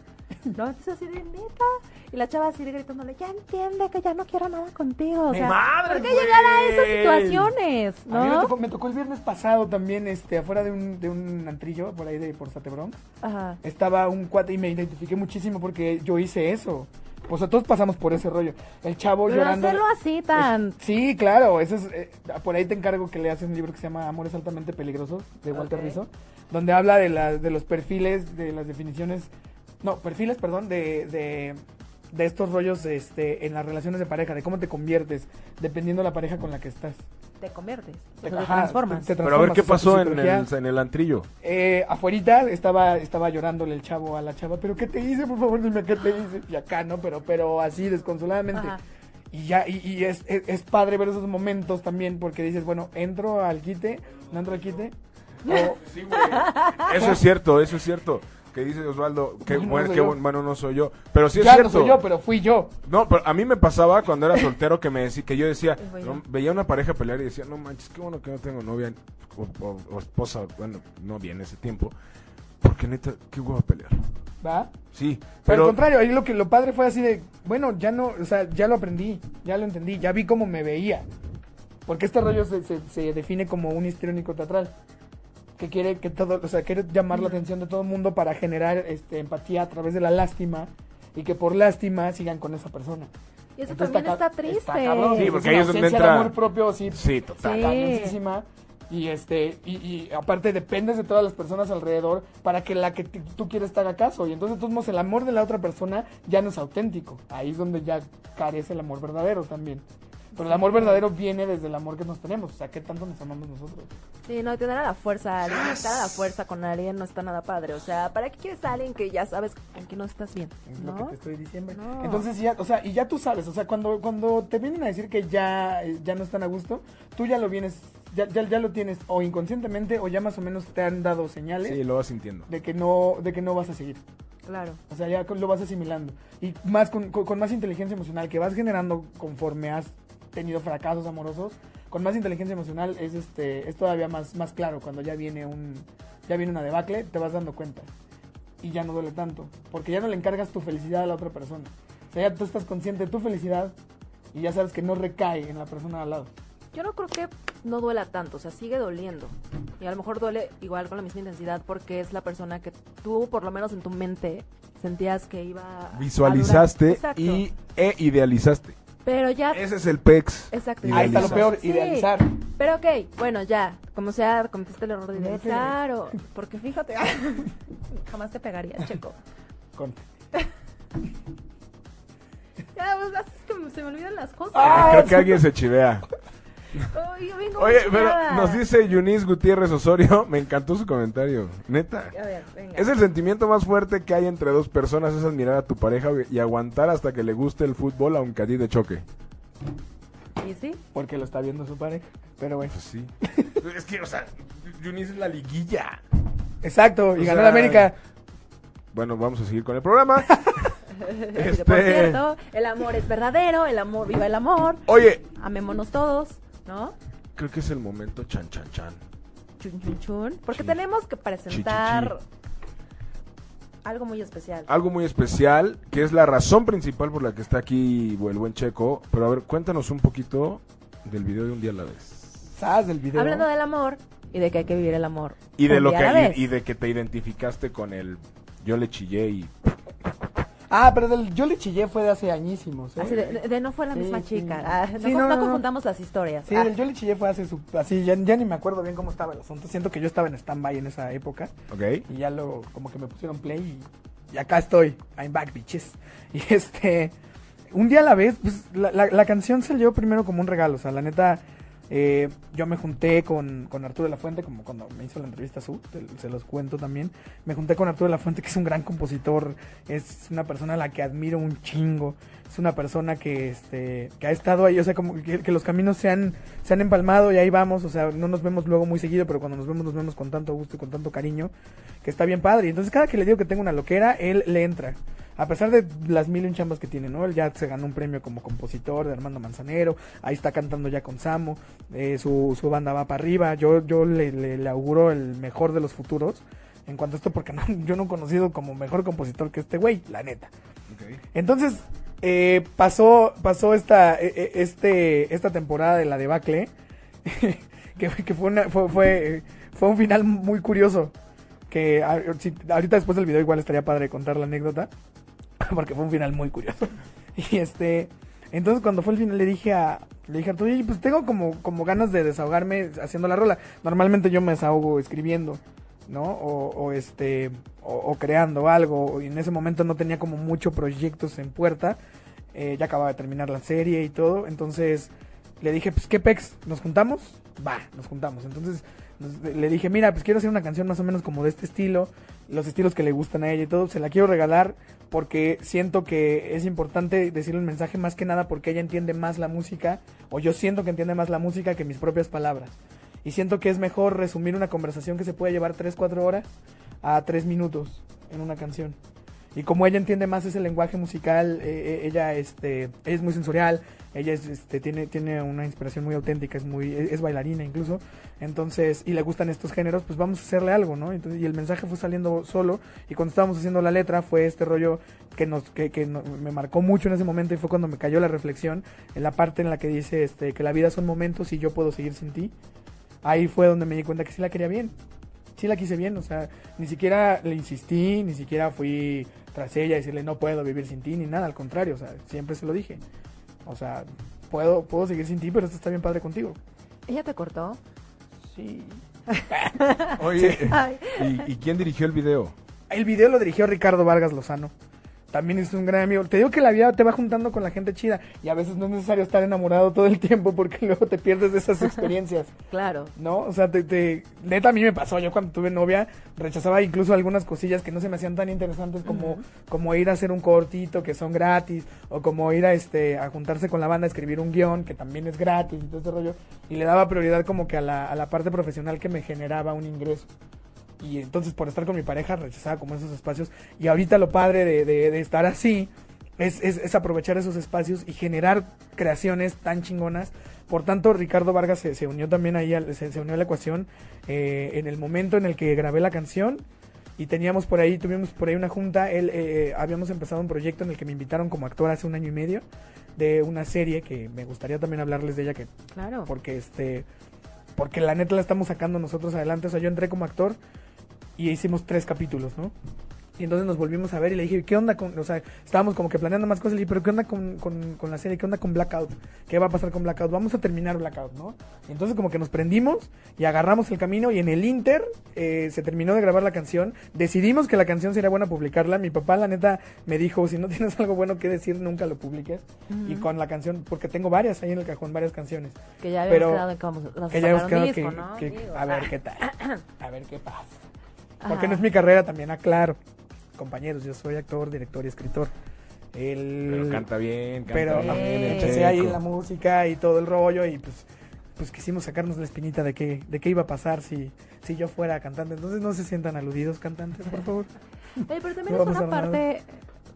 Speaker 3: No, entonces así de neta. Y la chava así gritándole, ya entiende que ya no quiero nada contigo. O
Speaker 4: ¡Mi
Speaker 3: sea,
Speaker 4: madre,
Speaker 3: ¿Por qué
Speaker 4: güey!
Speaker 3: llegar a esas situaciones?
Speaker 4: A mí me
Speaker 3: ¿No?
Speaker 4: tocó, me tocó el viernes pasado también, este, afuera de un, de un antrillo, por ahí de por Satebronx.
Speaker 3: Ajá.
Speaker 4: Estaba un cuate y me identifiqué muchísimo porque yo hice eso. O sea, todos pasamos por ese rollo. El chavo
Speaker 3: Pero
Speaker 4: llorando.
Speaker 3: hacerlo así tan...
Speaker 4: Es- sí, claro, eso es, eh, por ahí te encargo que leas un libro que se llama Amores altamente peligrosos de Walter
Speaker 3: Ok.
Speaker 4: Rizzo, donde habla de, la- de los perfiles, de las definiciones, no, perfiles, perdón, de, de, de estos rollos este, en las relaciones de pareja, de cómo te conviertes dependiendo la pareja con la que estás.
Speaker 3: Te conviertes, o sea,
Speaker 4: Te-
Speaker 3: te
Speaker 4: ajá,
Speaker 3: transformas.
Speaker 4: te- te
Speaker 2: Pero a ver
Speaker 4: transformas,
Speaker 2: qué
Speaker 4: o sea, tu
Speaker 2: pasó en
Speaker 4: psicología-
Speaker 2: el, en el antrillo.
Speaker 4: eh, afuerita estaba, estaba llorándole el chavo a la chava, pero ¿qué te hice? Por favor, dime qué te hice. Y acá, ¿no? Pero, pero así, desconsoladamente.
Speaker 3: Ajá.
Speaker 4: Y ya, y, y es, es, es padre ver esos momentos también, porque dices, bueno, entro al quite, no entro
Speaker 2: <laughs>
Speaker 4: al quite. O,
Speaker 3: Ah.
Speaker 2: Eso es cierto, eso es cierto. Que dice Osvaldo, que
Speaker 4: No, no
Speaker 2: bueno,
Speaker 4: soy
Speaker 2: qué
Speaker 4: yo.
Speaker 2: bueno, bueno, no soy yo. Pero sí es
Speaker 4: ya no
Speaker 2: cierto.
Speaker 4: soy yo, pero fui yo.
Speaker 2: No, pero a mí me pasaba cuando era soltero que me decía, que yo decía,
Speaker 3: Y bueno.
Speaker 2: no, veía una pareja pelear y decía, no manches, qué bueno que no tengo novia o, o- o esposa, bueno, novia en ese tiempo, porque neta, qué huevo pelear.
Speaker 4: ¿Va?
Speaker 2: Sí,
Speaker 4: Pero
Speaker 2: pero,
Speaker 4: al contrario, ahí lo que lo padre fue así de, bueno, ya no, o sea, ya lo aprendí, ya lo entendí, ya vi cómo me veía. Porque este rollo se, se- se define como un histriónico teatral. Que quiere que todo, o sea, quiere llamar la atención de todo el mundo para generar este, empatía a través de la lástima y que por lástima sigan con esa persona.
Speaker 3: Y eso
Speaker 4: Entonces,
Speaker 3: también
Speaker 4: ca-
Speaker 3: está triste.
Speaker 4: cabrón,
Speaker 2: Sí, porque ahí
Speaker 4: una
Speaker 2: es donde
Speaker 4: ausencia de
Speaker 2: entra-
Speaker 4: amor propio, sí,
Speaker 2: sí, total.
Speaker 3: Sí.
Speaker 4: cañoncísima. Y este, y, y aparte dependes de todas las personas alrededor para que la que t- tú quieres te haga caso. Y entonces, de todos modos, el amor de la otra persona ya no es auténtico. Ahí es donde ya carece el amor verdadero también. Pero el amor verdadero viene desde el amor que nos tenemos. O sea, ¿qué tanto nos amamos nosotros?
Speaker 3: Sí, no, tener a la fuerza, alguien, estar a la fuerza con alguien no está nada padre. O sea, ¿para qué quieres a alguien que ya sabes con que no estás bien?
Speaker 4: Es lo que
Speaker 3: ¿No?
Speaker 4: te estoy diciendo.
Speaker 3: No.
Speaker 4: Entonces ya, o sea, y ya tú sabes, o sea, cuando, cuando te vienen a decir que ya, eh, ya no están a gusto, tú ya lo vienes, ya, ya, ya lo tienes o inconscientemente o ya más o menos te han dado señales
Speaker 2: Sí, lo vas sintiendo.
Speaker 4: de que no, de que no vas a seguir.
Speaker 3: Claro.
Speaker 4: O sea, ya con- lo vas asimilando. Y más con, con- con más inteligencia emocional que vas generando conforme has tenido fracasos amorosos, con más inteligencia emocional es este es todavía más, más claro cuando ya viene un ya viene una debacle, te vas dando cuenta. Y ya no duele tanto, porque ya no le encargas tu felicidad a la otra persona. O sea, ya tú estás consciente de tu felicidad y ya sabes que no recae en la persona de al lado.
Speaker 3: Yo no creo que no duela tanto, o sea, sigue doliendo. Y a lo mejor duele igual con la misma intensidad porque es la persona que tú, por lo menos en tu mente, sentías que iba a
Speaker 2: Visualizaste
Speaker 3: durar. Exacto.
Speaker 2: y e idealizaste.
Speaker 3: Pero ya...
Speaker 2: Ese es el pex.
Speaker 3: Exacto.
Speaker 4: Ahí está lo
Speaker 2: Idealizas. Eh,
Speaker 4: peor,
Speaker 3: Sí.
Speaker 4: idealizar.
Speaker 3: Pero ok, bueno, ya, como sea, cometiste el error de
Speaker 4: No te-
Speaker 3: idealizar o... Porque fíjate, <laughs> jamás te pegaría, Checo.
Speaker 4: Con-
Speaker 3: Ya, pues, así es como se me olvidan las cosas.
Speaker 2: Ah, creo que alguien se chivea.
Speaker 3: Ay, yo vengo
Speaker 2: Oye,
Speaker 3: muy
Speaker 2: pero
Speaker 3: chillada.
Speaker 2: nos dice Yunis Gutiérrez Osorio, me encantó su comentario, neta.
Speaker 3: A ver, venga.
Speaker 2: Es el sentimiento más fuerte que hay entre dos personas, es admirar a tu pareja y aguantar hasta que le guste el fútbol, aunque a ti te choque.
Speaker 3: ¿Y sí?
Speaker 4: Porque lo está viendo su pareja. Pero bueno.
Speaker 2: Pues sí. <laughs> es que, o sea, Yunis es la liguilla.
Speaker 4: Exacto, y
Speaker 2: O
Speaker 4: ganó
Speaker 2: sea,
Speaker 4: la América.
Speaker 2: Bueno, vamos a seguir con el
Speaker 3: <laughs>
Speaker 2: programa.
Speaker 3: Así que, Por
Speaker 2: Este-
Speaker 3: cierto, el amor es verdadero, el amor, viva el amor,
Speaker 2: Oye,
Speaker 3: amémonos todos, ¿no?
Speaker 2: creo que es el momento chan chan chan.
Speaker 3: Chun, chun, chun. Porque
Speaker 2: Chi.
Speaker 3: tenemos que presentar algo muy especial.
Speaker 2: Algo muy especial, que es la razón principal por la que está aquí el buen Checo. Pero a ver, cuéntanos un poquito del video de un día a la vez.
Speaker 4: ¿Sabes del video?
Speaker 3: Hablando del amor y de que hay que vivir el amor.
Speaker 2: Y de
Speaker 3: un
Speaker 2: lo
Speaker 3: día a la
Speaker 2: que
Speaker 3: vez.
Speaker 2: y, y de que te identificaste con el yo le chillé y
Speaker 4: Ah, pero del yo le chillé fue de hace añísimos. ¿eh?
Speaker 3: Así Ah, de, de no fue la
Speaker 4: Sí,
Speaker 3: misma
Speaker 4: sí.
Speaker 3: chica. Ah, no,
Speaker 4: Sí,
Speaker 3: con-
Speaker 4: no,
Speaker 3: no
Speaker 4: no, no.
Speaker 3: confundamos las historias.
Speaker 4: Sí,
Speaker 3: Ah,
Speaker 4: del yo le chillé fue hace su... Así, ya, ya ni me acuerdo bien cómo estaba el asunto. Siento que yo estaba en stand-by en esa época.
Speaker 2: ¿Ok?
Speaker 4: Y ya lo... Como que me pusieron play y... y acá estoy. I'm back, bitches. <laughs> Y este... Un día a la vez, pues, la, la- la canción salió primero como un regalo. O sea, la neta... eh, yo me junté con, con Arturo de la Fuente, como cuando me hizo la entrevista su, te- se los cuento también. Me junté con Arturo de la Fuente, que es un gran compositor, es una persona a la que admiro un chingo, es una persona que, este, que ha estado ahí, o sea, como que, que los caminos se han, se han empalmado y ahí vamos, o sea, no nos vemos luego muy seguido, pero cuando nos vemos nos vemos con tanto gusto y con tanto cariño, que está bien padre. Y entonces cada que le digo que tengo una loquera, él le entra. A pesar de las mil y un chambas que tiene, ¿no? Él ya se ganó un premio como compositor de Armando Manzanero, ahí está cantando ya con Samo, eh, su, su banda va para arriba, yo, yo le, le- le auguro el mejor de los futuros en <laughs> cuanto a esto, porque no, yo no he conocido como mejor compositor que este güey, la neta. Entonces, eh, pasó, pasó esta, eh, eh, este, esta temporada de la debacle, <laughs> que, fue- que fue, una- fue, fue, fue un final muy curioso. Que a- si- ahorita después del video igual estaría padre contar la anécdota, <laughs> porque fue un final muy curioso. <laughs> Y este, entonces cuando fue el final le dije a, le dije a Arturo, "Oye, pues tengo como, como ganas de desahogarme haciendo la rola. Normalmente yo me desahogo escribiendo. ¿no? O, o este, o, o creando algo. Y en ese momento no tenía como mucho proyectos en puerta. Eh, ya acababa de terminar la serie y todo. Entonces le dije, pues, ¿qué pex? ¿Nos juntamos? Va, nos juntamos. Entonces nos- le dije, mira, pues quiero hacer una canción más o menos como de este estilo. Los estilos que le gustan a ella y todo. Se la quiero regalar porque siento que es importante decirle un mensaje más que nada porque ella entiende más la música. O yo siento que entiende más la música que mis propias palabras. Y siento que es mejor resumir una conversación que se puede llevar 3, 4 horas a 3 minutos en una canción. Y como ella entiende más ese lenguaje musical, eh, eh, ella, este, ella es muy sensorial, ella es, este, tiene, tiene una inspiración muy auténtica, es, muy, es, es bailarina incluso. Entonces, y le gustan estos géneros, pues vamos a hacerle algo, ¿no? Entonces, y el mensaje fue saliendo solo. Y cuando estábamos haciendo la letra, fue este rollo que, nos, que, que no- me marcó mucho en ese momento y fue cuando me cayó la reflexión en la parte en la que dice este, que la vida son momentos y yo puedo seguir sin ti ahí fue donde me di cuenta que sí la quería bien. Sí la quise bien, o sea, ni siquiera le insistí, ni siquiera fui tras ella a decirle no puedo vivir sin ti, ni nada, al contrario, o sea, siempre se lo dije. O sea, puedo, puedo seguir sin ti, pero esto está bien padre contigo.
Speaker 3: ¿Ella te cortó?
Speaker 4: Sí.
Speaker 2: Oye,
Speaker 3: Ay.
Speaker 2: <laughs> ¿y, y quién dirigió el video?
Speaker 4: El video lo dirigió Ricardo Vargas Lozano. También es un gran amigo. Te digo que la vida te va juntando con la gente chida y a veces no es necesario estar enamorado todo el tiempo porque <laughs> luego te pierdes de esas experiencias.
Speaker 3: Claro.
Speaker 4: ¿no? O sea, te, te- neta a mí me pasó, yo cuando tuve novia rechazaba incluso algunas cosillas que no se me hacían tan interesantes como, como ir a hacer un cortito que son gratis, o como ir a este, a juntarse con la banda a escribir un guión que también es gratis, y todo ese rollo, y le daba prioridad como que a la, a la parte profesional que me generaba un ingreso. Y entonces por estar con mi pareja rechazaba como esos espacios. Y ahorita lo padre de, de- de estar así es, es- es aprovechar esos espacios y generar creaciones tan chingonas. Por tanto, Ricardo Vargas se, se unió también ahí, al- se, se unió a la ecuación eh, en el momento en el que grabé la canción. Y teníamos por ahí, tuvimos por ahí una junta. Él, eh, eh, habíamos empezado un proyecto en el que me invitaron como actor hace un año y medio de una serie que me gustaría también hablarles de ella, que
Speaker 3: Claro.
Speaker 4: porque este porque la neta la estamos sacando nosotros adelante o sea yo entré como actor y hicimos tres capítulos no y entonces nos volvimos a ver y le dije qué onda con o sea estábamos como que planeando más cosas y le dije pero qué onda con, con, con la serie qué onda con blackout qué va a pasar con blackout vamos a terminar blackout no y entonces como que nos prendimos y agarramos el camino y en el inter eh, se terminó de grabar la canción decidimos que la canción sería buena publicarla mi papá la neta me dijo si no tienes <laughs> algo bueno que decir nunca lo publiques y con la canción porque tengo varias ahí en el cajón varias canciones
Speaker 3: Que ya habíamos
Speaker 4: pero-
Speaker 3: quedado en que vamos a
Speaker 4: que ya hemos
Speaker 3: sacar un disco,
Speaker 4: quedado que,
Speaker 3: ¿no?
Speaker 4: que-
Speaker 3: Digo,
Speaker 4: a ver
Speaker 3: ah,
Speaker 4: qué tal, a ver qué pasa.
Speaker 3: ajá.
Speaker 4: Porque no es mi carrera también, aclaro. Compañeros, yo soy actor, director y escritor. El,
Speaker 2: Pero canta bien, canta
Speaker 4: Mm. pero
Speaker 2: bien.
Speaker 3: Eh,
Speaker 2: el
Speaker 4: empecé
Speaker 2: checo.
Speaker 4: ahí en la música y todo el rollo y pues pues quisimos sacarnos la espinita de qué de qué iba a pasar si si yo fuera cantante. Entonces no se sientan aludidos cantantes, por favor.
Speaker 3: Oye, pero también es
Speaker 4: No va a
Speaker 3: una
Speaker 4: pasar
Speaker 3: parte,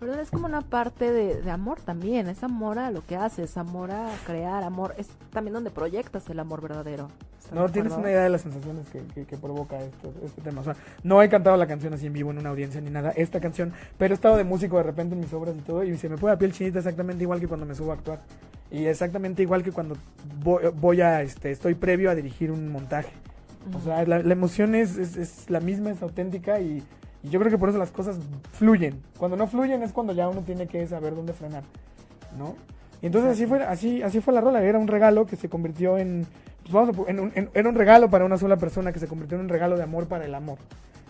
Speaker 3: perdón, es como una parte de, de amor también, es amor a lo que haces, amor a crear, amor, es también donde proyectas el amor verdadero. ¿están
Speaker 4: No
Speaker 3: de
Speaker 4: tienes
Speaker 3: acuerdo?
Speaker 4: una idea de las sensaciones que, que- que provoca esto- este tema. O sea, no he cantado la canción así en vivo en una audiencia ni nada, esta canción, pero he estado de músico de repente en mis obras y todo, y se me pone la piel chinita exactamente igual que cuando me subo a actuar. Y exactamente igual que cuando voy, voy a, este, estoy previo a dirigir un montaje. O sea, la, la emoción es, es- es la misma, es auténtica y, y yo creo que por eso las cosas fluyen. Cuando no fluyen es cuando ya uno tiene que saber dónde frenar, ¿no? Y entonces así fue, así, así fue la rola, era un regalo que se convirtió en, pues vamos a po- en un- en- era un regalo para una sola persona que se convirtió en un regalo de amor para el amor.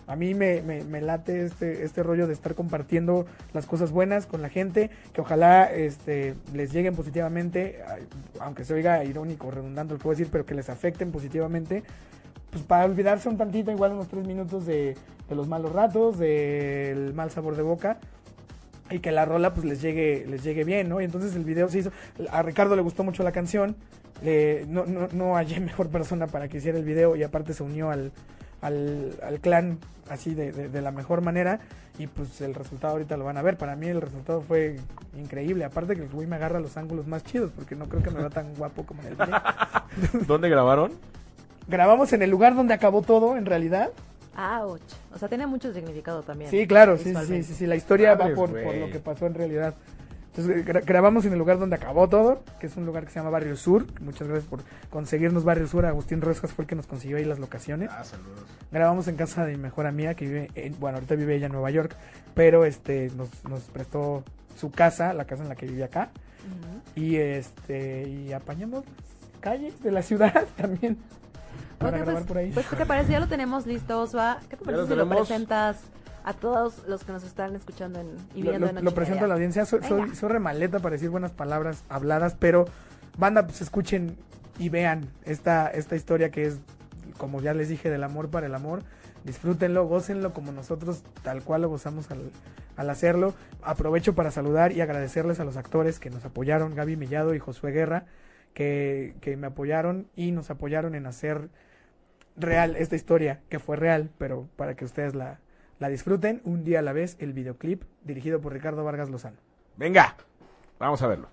Speaker 4: A mí me, me- me late este, este rollo de estar compartiendo las cosas buenas con la gente, que ojalá este, les lleguen positivamente, ay, aunque se oiga irónico, redundante lo que voy a decir, pero que les afecten positivamente, pues para olvidarse un tantito, igual unos tres minutos de, de los malos ratos, del mal sabor de boca, y que la rola pues les llegue, les llegue bien, ¿no? Y entonces el video se hizo, a Ricardo le gustó mucho la canción, le- no, no, no hallé <laughs> mejor persona para que hiciera el video y aparte se unió al, al, al clan así de, de- de la mejor manera y pues el resultado ahorita lo van a ver, para mí el resultado fue increíble, aparte que el güey me agarra los ángulos más chidos porque no creo que me vea tan guapo como en el video.
Speaker 2: ¿Dónde grabaron?
Speaker 4: Grabamos en el lugar donde acabó todo en realidad.
Speaker 3: Ouch. O sea, tiene mucho significado también.
Speaker 4: Sí, claro, sí, sí,
Speaker 3: visualmente.
Speaker 4: sí, sí, la historia va
Speaker 2: Madres,
Speaker 4: por, por
Speaker 2: güey.
Speaker 4: lo que pasó en realidad. Entonces gra- grabamos en el lugar donde acabó todo, que es un lugar que se llama Barrio Sur. Muchas gracias por conseguirnos Barrio Sur. Agustín Rosas fue el que nos consiguió ahí las locaciones.
Speaker 2: Ah, saludos.
Speaker 4: Grabamos en casa de mi mejor amiga que vive, en- bueno, ahorita vive ella en Nueva York, pero este nos, nos prestó su casa, la casa en la que vive acá. Y este y apañamos las calles de la ciudad <laughs> también para
Speaker 3: Ok,
Speaker 4: grabar
Speaker 3: pues,
Speaker 4: por ahí.
Speaker 3: pues, ¿qué te parece? Ya lo tenemos listo, Osva. ¿Qué te
Speaker 2: Ya lo
Speaker 3: parece si lo
Speaker 2: tenemos.
Speaker 3: presentas a todos los que nos están escuchando en- y
Speaker 4: lo,
Speaker 3: viendo
Speaker 4: lo-
Speaker 3: en Noche
Speaker 4: lo
Speaker 3: y
Speaker 4: presento
Speaker 3: Media?
Speaker 4: a la audiencia. Soy, soy,
Speaker 3: Venga.
Speaker 4: soy remaleta para decir buenas palabras habladas, pero banda, pues escuchen y vean esta, esta historia que es, como ya les dije, del amor para el amor. Disfrútenlo, gócenlo como nosotros tal cual lo gozamos al, al hacerlo. Aprovecho para saludar y agradecerles a los actores que nos apoyaron, Gaby Mellado y Josué Guerra, que, que me apoyaron y nos apoyaron en hacer real esta historia, que fue real, pero para que ustedes la, la disfruten un día a la vez el videoclip dirigido por Ricardo Vargas Lozano.
Speaker 2: Venga, vamos a verlo.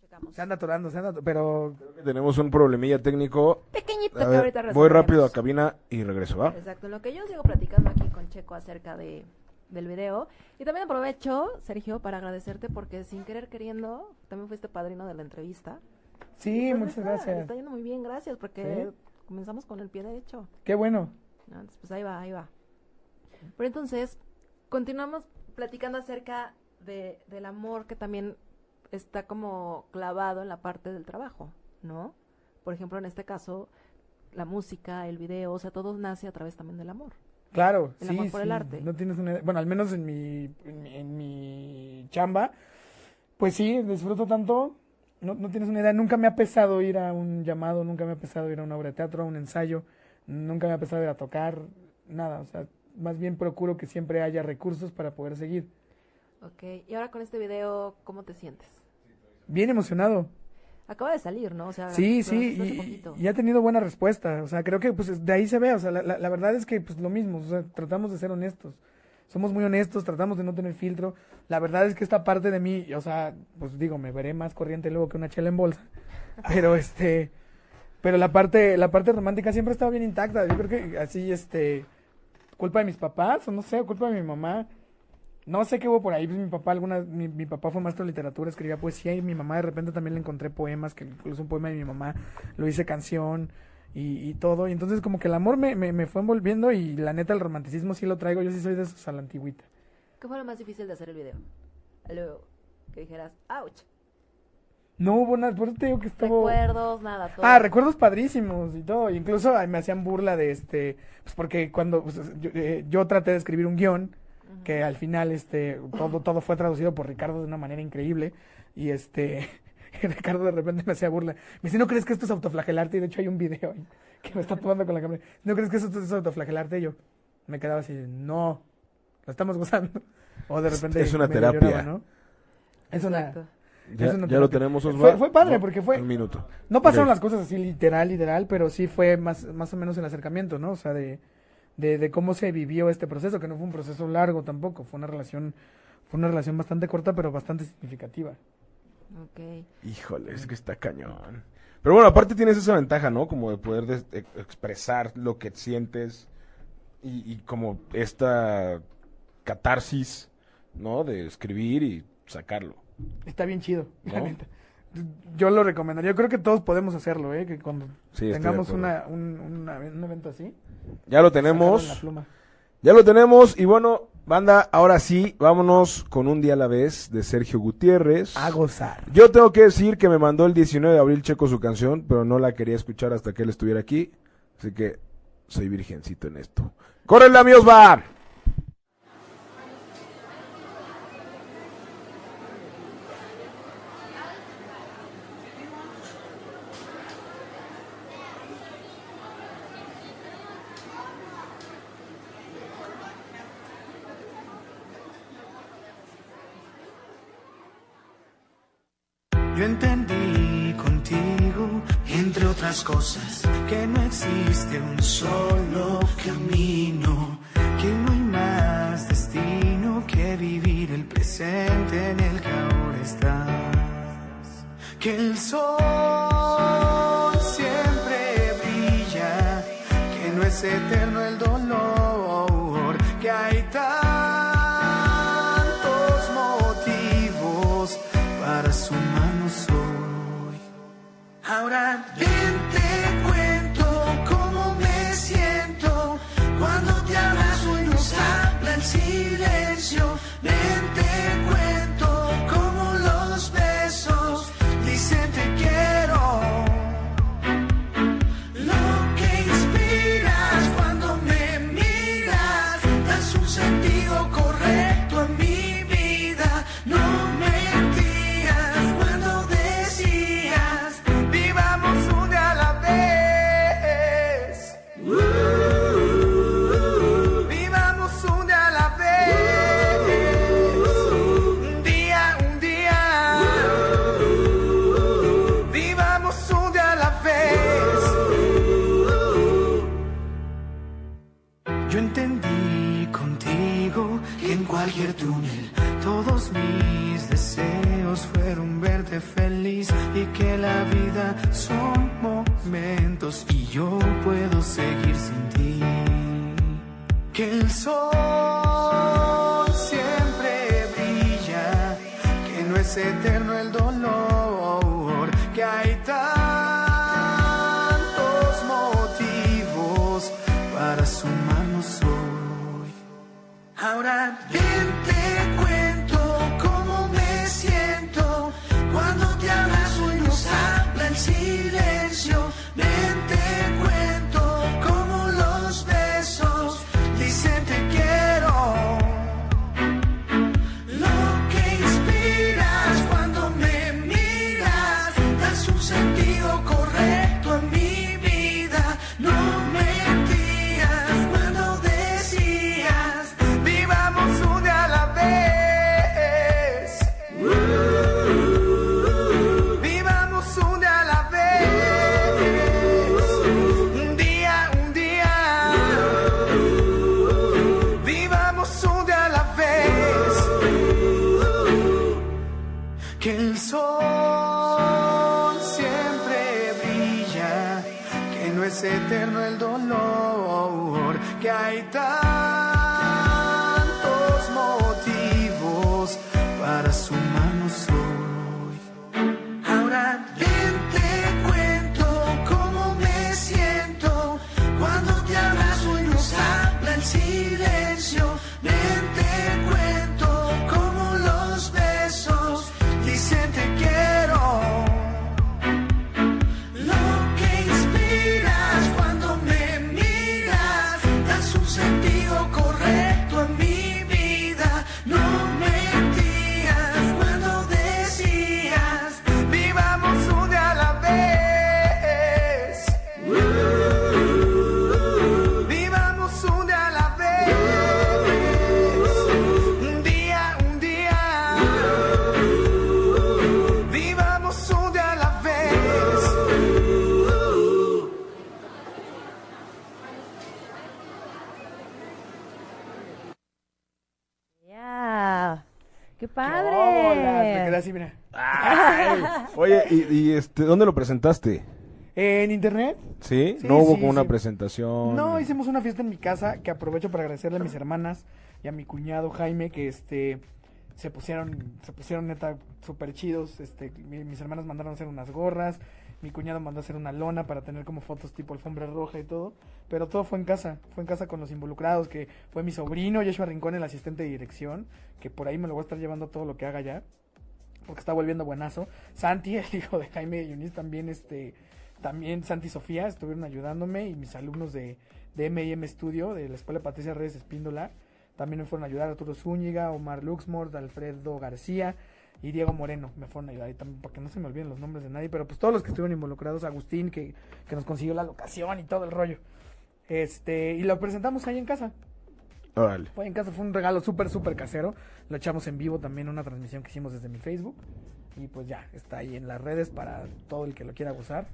Speaker 3: Checamos.
Speaker 4: Se anda atorando, se anda atorando, pero
Speaker 2: Tenemos un problemilla técnico.
Speaker 3: Pequeñito
Speaker 2: A
Speaker 3: que
Speaker 2: ver,
Speaker 3: ahorita
Speaker 2: voy
Speaker 3: resolveremos.
Speaker 2: rápido a cabina y regreso, ¿va?
Speaker 3: Exacto, en lo que yo sigo platicando aquí con Checo acerca de, del video. Y también aprovecho, Sergio, para agradecerte porque sin querer queriendo, también fuiste padrino de la entrevista.
Speaker 4: sí,
Speaker 3: Pues,
Speaker 4: muchas
Speaker 3: nada, le
Speaker 4: gracias.
Speaker 3: Está yendo muy bien, gracias, porque
Speaker 4: Sí.
Speaker 3: comenzamos con el pie derecho.
Speaker 4: Qué bueno.
Speaker 3: ¿no? Entonces, pues ahí va, ahí va. Pero entonces, continuamos platicando acerca de, del amor que también está como clavado en la parte del trabajo, ¿no? Por ejemplo, en este caso, la música, el video, o sea, todo nace a través también del amor.
Speaker 4: Claro,
Speaker 3: El
Speaker 4: sí,
Speaker 3: amor por el
Speaker 4: sí,
Speaker 3: arte.
Speaker 4: No tienes una, bueno, al menos en mi, en mi, en mi chamba, pues sí, disfruto tanto. No, no tienes una idea. Nunca me ha pesado ir a un llamado, nunca me ha pesado ir a una obra de teatro, a un ensayo, nunca me ha pesado ir a tocar, nada. O sea, más bien procuro que siempre haya recursos para poder seguir.
Speaker 3: Ok, y ahora con este video, ¿cómo te sientes?
Speaker 4: Bien emocionado.
Speaker 3: Acaba de salir, ¿no? O sea,
Speaker 4: Sí,
Speaker 3: Ah, lo
Speaker 4: sí,
Speaker 3: lanzaste hace
Speaker 4: y-
Speaker 3: poquito.
Speaker 4: y, y ha tenido buena respuesta. O sea, creo que pues de ahí se ve. O sea, la, la- la verdad es que pues lo mismo. O sea, tratamos de ser honestos. Somos muy honestos, tratamos de no tener filtro. La verdad es que esta parte de mí, o sea, pues digo, me veré más corriente luego que una chela
Speaker 3: <laughs>
Speaker 4: en bolsa. Pero este, pero la parte, la parte romántica siempre ha estado bien intacta. Yo creo que así, este, culpa de mis papás, o no sé, culpa de mi mamá. No sé qué hubo por ahí, pues mi papá alguna, mi, mi papá fue maestro de literatura, escribía poesía y mi mamá de repente también le encontré poemas, que incluso un poema de mi mamá lo hice canción y, y todo. Y entonces como que el amor me, me, me fue envolviendo y la neta el romanticismo sí lo traigo, yo sí soy de esos a la antigüita.
Speaker 3: ¿Qué fue lo más difícil de hacer el video? Algo que dijeras, ouch,
Speaker 4: Oh. No hubo nada, por eso te digo que estuvo...
Speaker 3: recuerdos, nada, todo.
Speaker 4: Ah, recuerdos padrísimos y todo. Incluso ay, me hacían burla de este, pues porque cuando pues, yo, eh, yo traté de escribir un guión, que al final este, todo, todo fue traducido por Ricardo de una manera increíble. Y este, <laughs> Ricardo de repente me hacía burla. Me dice, ¿no crees que esto es autoflagelarte? Y de hecho hay un video <laughs> ahí que me está tomando con la cámara. ¿No crees que esto es autoflagelarte? Y yo me quedaba así, no, lo estamos gozando. O de repente...
Speaker 2: es una
Speaker 4: medio lloraba,
Speaker 2: terapia.
Speaker 4: ¿no? Es una...
Speaker 3: Exacto.
Speaker 2: Ya,
Speaker 4: Eso no
Speaker 2: ya
Speaker 4: te-
Speaker 2: lo tenemos,
Speaker 4: Fue-
Speaker 2: Osvaldo.
Speaker 4: fue padre,
Speaker 2: No,
Speaker 4: porque fue-
Speaker 2: Un minuto.
Speaker 4: No pasaron
Speaker 2: Ok.
Speaker 4: las cosas así literal, literal, pero sí fue más, más o menos el acercamiento, ¿no? O sea, de, de, de cómo se vivió este proceso, que no fue un proceso largo tampoco, fue una relación, fue una relación bastante corta, pero bastante significativa.
Speaker 3: Ok.
Speaker 2: Híjole, es que está cañón. Pero bueno, aparte tienes esa ventaja, ¿no? Como de poder des- e- expresar lo que sientes y, y como esta catarsis, ¿no? De escribir y sacarlo.
Speaker 4: Está bien chido, la
Speaker 2: ¿No?
Speaker 4: neta. Yo lo recomendaría, yo creo que todos podemos hacerlo, ¿eh? Que cuando
Speaker 2: Sí, estoy de
Speaker 4: tengamos
Speaker 2: acuerdo.
Speaker 4: una, un, una- un evento así,
Speaker 2: Ya lo
Speaker 4: sacarlo en la
Speaker 2: tenemos.
Speaker 4: pluma.
Speaker 2: Ya lo tenemos. Y bueno, banda, ahora sí, vámonos con un día a la vez de Sergio Gutiérrez.
Speaker 4: a gozar.
Speaker 2: Yo tengo que decir que me mandó el 19 de abril Checo su canción, pero no la quería escuchar hasta que él estuviera aquí. Así que soy virgencito en esto. ¡Córrele, amigos, va!
Speaker 5: yo entendí contigo, entre otras cosas, que no existe un solo camino, que no hay más destino que vivir el presente en el que ahora estás, que el sol siempre brilla, que no es eterno el dolor, que hay tantos motivos para sumarnos hoy. Ahora bien te cuento cómo me siento cuando te abrazo y nos habla el silencio. Ven te cuento cómo los besos dicen te quiero. Lo que inspiras cuando me miras, das un sentido correcto a mi vida. No mentías cuando decías, vivamos una a la vez. Uh, Vivamos una a la vez. Un día, un día. Vivamos un día a la vez. Yo entendí contigo que en cualquier túnel todos mis deseos fueron verte feliz y que la vida son momentos y yo puedo seguir sin ti. Que el sol siempre brilla, que no es eterno el dolor, que hay tantos motivos para sumarnos hoy. Ahora bien te cuento cómo me siento cuando te abrazo y nos habla el silencio. Ven te cuento cómo los besos dicen te quiero. Lo que inspiras cuando me miras, das un sentido correcto a mi vida. No mentías cuando decías, vivamos una a la vez. Vivamos una a la vez. Un día, un día. Vivamos una a la vez que el sol siempre brilla, que no es eterno el dolor, que hay tantos motivos para sumarnos hoy. Ahora bien te cuento cómo me siento cuando te abrazo y nos habla el silencio. Ven te cuento cómo los besos dicen te quiero. Lo que inspiras cuando me miras, das un sentido correcto a mi vida. No mentías cuando decías, vivamos una a la vez. Vivamos una a la vez. Un día, un día. Vivamos una a la vez.
Speaker 3: Ya. ¡Qué
Speaker 4: Tóbolas, me quedé
Speaker 3: padre!
Speaker 4: así, mira.
Speaker 2: Oye, y, y, este, ¿dónde lo presentaste?
Speaker 4: En internet.
Speaker 2: ¿Sí?
Speaker 4: Sí,
Speaker 2: no hubo
Speaker 4: sí,
Speaker 2: como una
Speaker 4: sí.
Speaker 2: presentación.
Speaker 4: No, hicimos una fiesta en mi casa que aprovecho para agradecerle a mis hermanas y a mi cuñado Jaime que este se pusieron se pusieron neta súper chidos, este mi- mis hermanas mandaron hacer unas gorras, mi cuñado mandó hacer una lona para tener como fotos tipo alfombra roja y todo, pero todo fue en casa, fue en casa con los involucrados que fue mi sobrino Joshua Rincón el asistente de dirección, que por ahí me lo voy a estar llevando todo lo que haga ya. Porque está volviendo buenazo. Santi, el hijo de Jaime Yunis, también este también Santi y Sofía estuvieron ayudándome y mis alumnos de, de M&M Studio, de la Escuela Patricia Reyes Espíndola, también me fueron a ayudar Arturo Zúñiga, Omar Luxmord, Alfredo García y Diego Moreno me fueron a ayudar y también para que no se me olviden los nombres de nadie, pero pues todos los que estuvieron involucrados, Agustín que, que nos consiguió la locación y todo el rollo. Este, y lo presentamos ahí en casa.
Speaker 2: Órale.
Speaker 4: Fue en casa, fue un regalo súper, súper casero. Lo echamos en vivo también, una transmisión que hicimos desde mi Facebook. Y pues ya, está ahí en las redes para todo el que lo quiera gozar.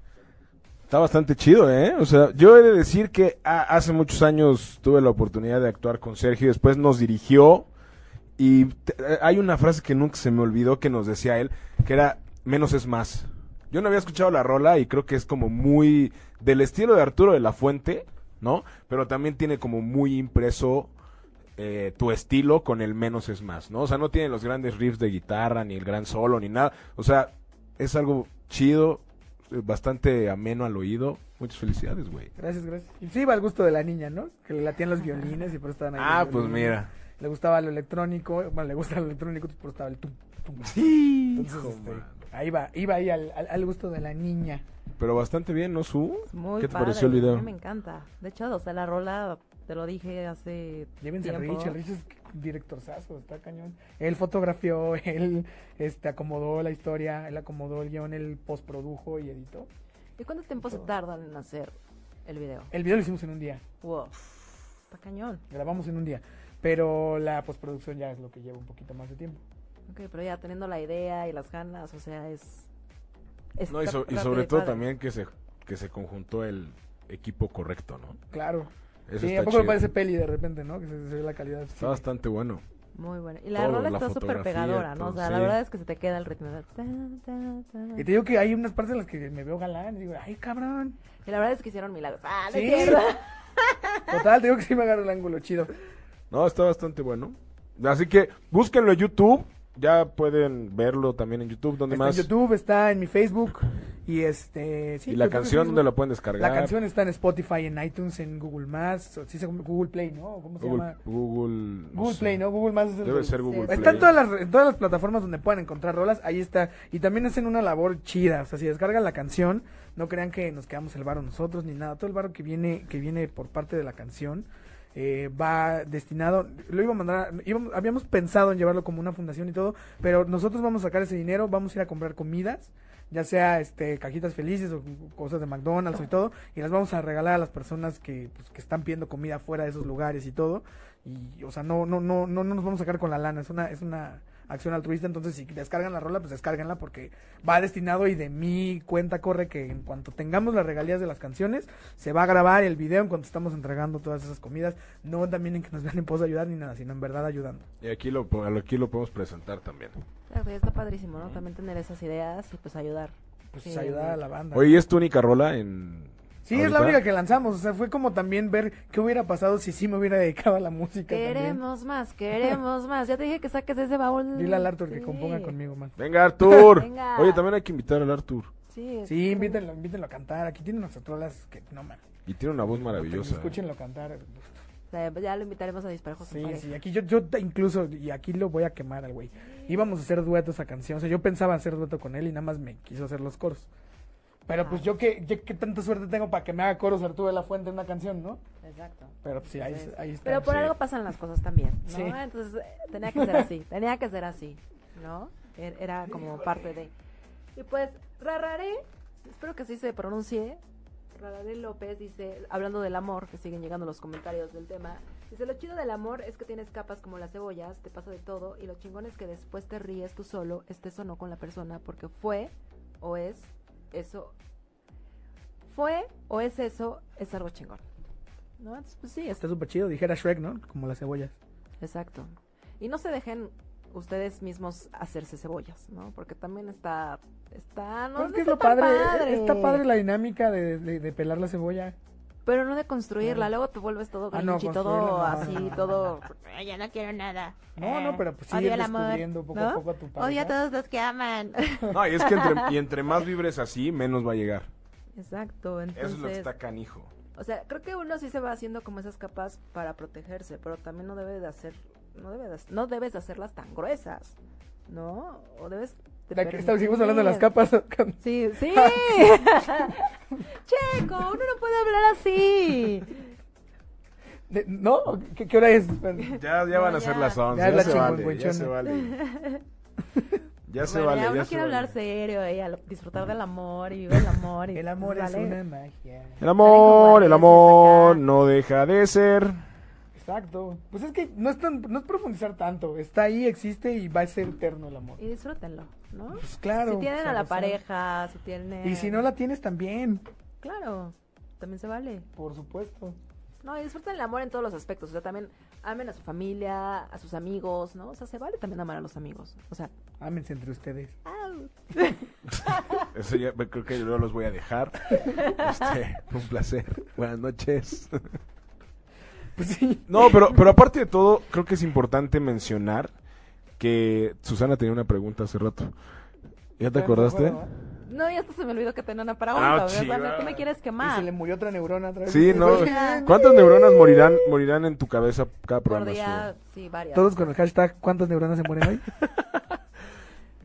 Speaker 2: Está bastante chido, ¿eh? O sea, yo he de decir que ha- hace muchos años tuve la oportunidad de actuar con Sergio y después nos dirigió y te- eh, hay una frase que nunca se me olvidó que nos decía él, que era menos es más. Yo no había escuchado la rola y creo que es como muy del estilo de Arturo de la Fuente, ¿no? Pero también tiene como muy impreso eh, tu estilo con el menos es más, ¿no? O sea, no tiene los grandes riffs de guitarra, ni el gran solo, ni nada. O sea, es algo chido, eh, bastante ameno al oído. Muchas felicidades, güey.
Speaker 4: Gracias, gracias. Y sí, iba al gusto de la niña, ¿no? Que le latían los violines y por eso estaban ahí.
Speaker 2: Ah,
Speaker 4: los
Speaker 2: pues
Speaker 4: violines.
Speaker 2: mira.
Speaker 4: Le gustaba lo electrónico, bueno, le gusta lo electrónico, por eso estaba el tum, tum.
Speaker 2: Sí.
Speaker 4: Entonces, este, ahí va, iba ahí al, al- al gusto de la niña.
Speaker 2: Pero bastante bien, ¿no, Su?
Speaker 3: Muy
Speaker 2: ¿Qué te
Speaker 3: padre,
Speaker 2: pareció el video?
Speaker 3: A mí me encanta. De hecho, o sea, la rola, te lo dije hace
Speaker 4: Llévense a
Speaker 3: tiempo.
Speaker 4: Rich, el Rich es directorzazo, está cañón. Él fotografió, <laughs> él este, acomodó la historia, él acomodó el guión, él postprodujo y editó.
Speaker 3: ¿Y cuánto tiempo se tardan en hacer el video?
Speaker 4: El video lo hicimos en un día,
Speaker 3: Wow. Está cañón.
Speaker 4: grabamos en un día, pero la postproducción ya es lo que lleva un poquito más de tiempo.
Speaker 3: Ok, pero ya teniendo la idea y las ganas, o sea, es... es
Speaker 2: No, y, so- y
Speaker 3: rápido
Speaker 2: sobre todo
Speaker 3: padre.
Speaker 2: también que se, que se conjuntó el equipo correcto, ¿no?
Speaker 4: Claro.
Speaker 2: Eso
Speaker 4: sí,
Speaker 2: está
Speaker 4: ¿a poco me
Speaker 2: chido.
Speaker 4: parece peli de repente, no? Que se, se ve la calidad.
Speaker 2: Está bastante bueno.
Speaker 3: Muy bueno. Y la
Speaker 2: Todo,
Speaker 3: rola
Speaker 2: la
Speaker 3: está súper
Speaker 2: fotografía,
Speaker 3: pegadora, ¿no? O
Speaker 2: todo,
Speaker 3: sea, la
Speaker 2: sí.
Speaker 3: verdad es que se te queda el ritmo. de ta, ta, ta.
Speaker 4: Y te digo que hay unas partes en las que me veo galán y digo, ay, cabrón.
Speaker 3: Y la verdad es que hicieron milagros. ¡Ah, no es
Speaker 4: Sí. <laughs>
Speaker 3: cierto!
Speaker 4: Total, te digo que sí me agarro el ángulo chido.
Speaker 2: No, está bastante bueno. Así que búsquenlo en YouTube. Ya pueden verlo también en YouTube. ¿Dónde
Speaker 4: Está
Speaker 2: más?
Speaker 4: en YouTube, está en mi Facebook y este... sí,
Speaker 2: ¿Y la
Speaker 4: yo creo que
Speaker 2: canción
Speaker 4: Facebook.
Speaker 2: dónde la pueden descargar?
Speaker 4: La canción está en Spotify, en iTunes, en Google Más, o- sí, según Google Play, ¿no? ¿Cómo se
Speaker 2: Google,
Speaker 4: llama?
Speaker 2: Google, no
Speaker 4: Google
Speaker 2: sé.
Speaker 4: Play, ¿no? Google Más es el-
Speaker 2: Debe ser Google Play.
Speaker 4: Está en todas las, en todas las plataformas donde puedan encontrar rolas, ahí está. Y también hacen una labor chida, o sea, si descargan la canción, no crean que nos quedamos el varo nosotros ni nada. Todo el varo que viene, que viene por parte de la canción eh, va destinado, lo iba a mandar, a- íbamos- habíamos pensado en llevarlo como una fundación y todo, pero nosotros vamos a sacar ese dinero, vamos a ir a comprar comidas, ya sea este cajitas felices o cosas de McDonald's y todo, y las vamos a regalar a las personas que, pues, que están pidiendo comida fuera de esos lugares y todo. Y, o sea, no, no, no, no, no nos vamos a sacar con la lana, es una, es una acción altruista, entonces si descargan la rola, pues descárganla porque va destinado y de mi cuenta corre que en cuanto tengamos las regalías de las canciones, se va a grabar el video en cuanto estamos entregando todas esas comidas, no también en que nos vean en pos de ayudar ni nada, sino en verdad ayudando.
Speaker 2: Y aquí lo, po- aquí lo podemos presentar también.
Speaker 3: Exacto, y está padrísimo, ¿no? También tener esas ideas y pues ayudar.
Speaker 4: Pues
Speaker 3: Sí,
Speaker 4: ayudar a la banda.
Speaker 2: Oye, ¿y ¿es tu única rola en...?
Speaker 4: Sí, es la única
Speaker 2: ahorita?
Speaker 4: que lanzamos. O sea, fue como también ver qué hubiera pasado si sí me hubiera dedicado a la música. También.
Speaker 3: Queremos más,
Speaker 4: <laughs>
Speaker 3: queremos más. Ya te dije que saques ese baúl.
Speaker 4: Dile al Arthur
Speaker 3: Sí.
Speaker 4: que componga conmigo, man. <laughs>
Speaker 2: Venga, Artur.
Speaker 3: Venga.
Speaker 2: Oye, también hay que invitar al Artur.
Speaker 3: Sí, es-
Speaker 4: Sí, invítenlo, invítenlo a cantar. Aquí tienen unas rolas que no man.
Speaker 2: Y tiene una voz maravillosa. ¿eh?
Speaker 4: Escúchenlo cantar.
Speaker 3: o sea, ya lo invitaremos a Disparejos. en
Speaker 4: Sí,
Speaker 3: Pareja.
Speaker 4: sí, aquí yo, yo te- incluso, y aquí lo voy a quemar al güey. Íbamos a hacer dueto esa canción, o sea, yo pensaba hacer dueto con él y nada más me quiso hacer los coros. Pero pues yo qué, yo qué tanta suerte tengo para que me haga coros Arturo de la Fuente en una canción, ¿no?
Speaker 3: Exacto.
Speaker 4: Pero pues sí, ahí,
Speaker 3: Entonces,
Speaker 4: ahí está.
Speaker 3: Pero por
Speaker 2: Sí.
Speaker 3: algo pasan las cosas también, ¿no?
Speaker 4: Sí.
Speaker 3: Entonces eh, tenía que ser así, tenía que ser así, ¿no? Er- Era como parte de... Y pues Rararé, espero que sí se pronuncie, Rararé López dice, hablando del amor, que siguen llegando los comentarios del tema, dice, lo chido del amor es que tienes capas como las cebollas, te pasa de todo, y lo chingón es que después te ríes tú solo, estés o no con la persona, porque fue o es eso... Fue o es eso, es algo chingón. ¿No? Entonces, pues sí, es
Speaker 4: Está súper chido, dijera Shrek, ¿no? Como las cebollas.
Speaker 3: Exacto. Y no se dejen ustedes mismos hacerse cebollas, ¿no? Porque también está... está no,
Speaker 4: Pero Pues es
Speaker 3: no
Speaker 4: que es
Speaker 3: está
Speaker 4: lo
Speaker 3: tan
Speaker 4: padre, Está padre la dinámica de, de- de pelar la cebolla.
Speaker 3: Pero no de construirla, luego te vuelves todo
Speaker 4: Ah, no,
Speaker 3: grinch y todo
Speaker 4: construirla, no,
Speaker 3: así,
Speaker 4: no, no,
Speaker 3: todo...
Speaker 6: Ay, ya no quiero nada.
Speaker 3: Eh,
Speaker 4: No, no, pero pues sí,
Speaker 6: Odio
Speaker 4: ir
Speaker 6: el amor,
Speaker 4: descubriendo poco a
Speaker 6: ¿no?
Speaker 4: poco a tu
Speaker 6: Odio a
Speaker 4: pareja.
Speaker 6: todos los que
Speaker 4: <laughs>
Speaker 6: aman.
Speaker 2: No, y es que entre, y entre más vibres así, menos va a llegar.
Speaker 3: Exacto, entonces...
Speaker 2: Eso es lo que está canijo.
Speaker 3: O sea, creo que uno sí se va haciendo como esas capas para protegerse, pero también no debe de hacer... No, debe de- no debes de hacerlas tan gruesas, ¿no? O debes... de
Speaker 4: La que- estamos- seguimos
Speaker 3: permitir.
Speaker 4: hablando de las capas. con-
Speaker 3: Sí,
Speaker 4: <laughs>
Speaker 3: sí. <laughs> Checo, uno no puede hablar así.
Speaker 4: de- ¿No? ¿Qué, qué hora es? Pues, Espérate.
Speaker 2: Ya, ya van a ser
Speaker 3: ya.
Speaker 2: las 11. Ya,
Speaker 4: Ya es la
Speaker 2: se vale, ya
Speaker 4: chingüengüenchona.
Speaker 2: se vale.
Speaker 4: <laughs>
Speaker 2: Ya se
Speaker 3: Bueno,
Speaker 2: vale.
Speaker 3: ya
Speaker 2: Ya
Speaker 3: uno
Speaker 2: se
Speaker 3: quiere
Speaker 2: vale.
Speaker 3: hablar serio y al- disfrutar del amor y vivir el amor. y- pues
Speaker 4: El amor es
Speaker 3: ¿vale?
Speaker 4: una magia.
Speaker 2: El amor, el
Speaker 3: Ay,
Speaker 2: amor
Speaker 3: acá.
Speaker 2: no deja de ser.
Speaker 4: Exacto. Pues es que no es, tan, no es profundizar tanto. Está ahí, existe y va a ser eterno el amor.
Speaker 3: Y disfrútenlo, ¿no?
Speaker 4: Pues claro.
Speaker 3: si tienen a la
Speaker 4: sabrosón.
Speaker 3: pareja, si tienen...
Speaker 4: Y si no la tienes también,
Speaker 3: Claro, también se vale.
Speaker 4: por supuesto.
Speaker 3: No, y disfruten el amor en todos los aspectos. O sea, también amen a su familia, a sus amigos, ¿no? O sea, se vale también amar a los amigos. O sea, ah,
Speaker 4: Ámense entre ustedes. <laughs>
Speaker 3: ¡au!
Speaker 2: Eso ya creo que yo los voy a
Speaker 3: <laughs>
Speaker 2: dejar. Este, un placer. Buenas noches.
Speaker 4: Pues sí.
Speaker 2: No, pero, pero aparte de todo, creo que es importante mencionar que Susana tenía una pregunta hace rato. ¿Ya te acordaste?
Speaker 3: No, ya hasta se me olvidó que tenía una pregunta.
Speaker 2: Ah,
Speaker 3: ¿verdad?
Speaker 2: chiva.
Speaker 3: No, ¿Tú me quieres
Speaker 4: Y se
Speaker 3: quemar?
Speaker 4: le murió otra neurona otra vez.
Speaker 2: Sí, no.
Speaker 4: Pues,
Speaker 2: ¿Cuántas neuronas morirán, morirán en tu cabeza cada
Speaker 3: Por
Speaker 2: programa?
Speaker 3: día, sí, varias.
Speaker 4: Todos con el hashtag ¿Cuántas neuronas se mueren hoy?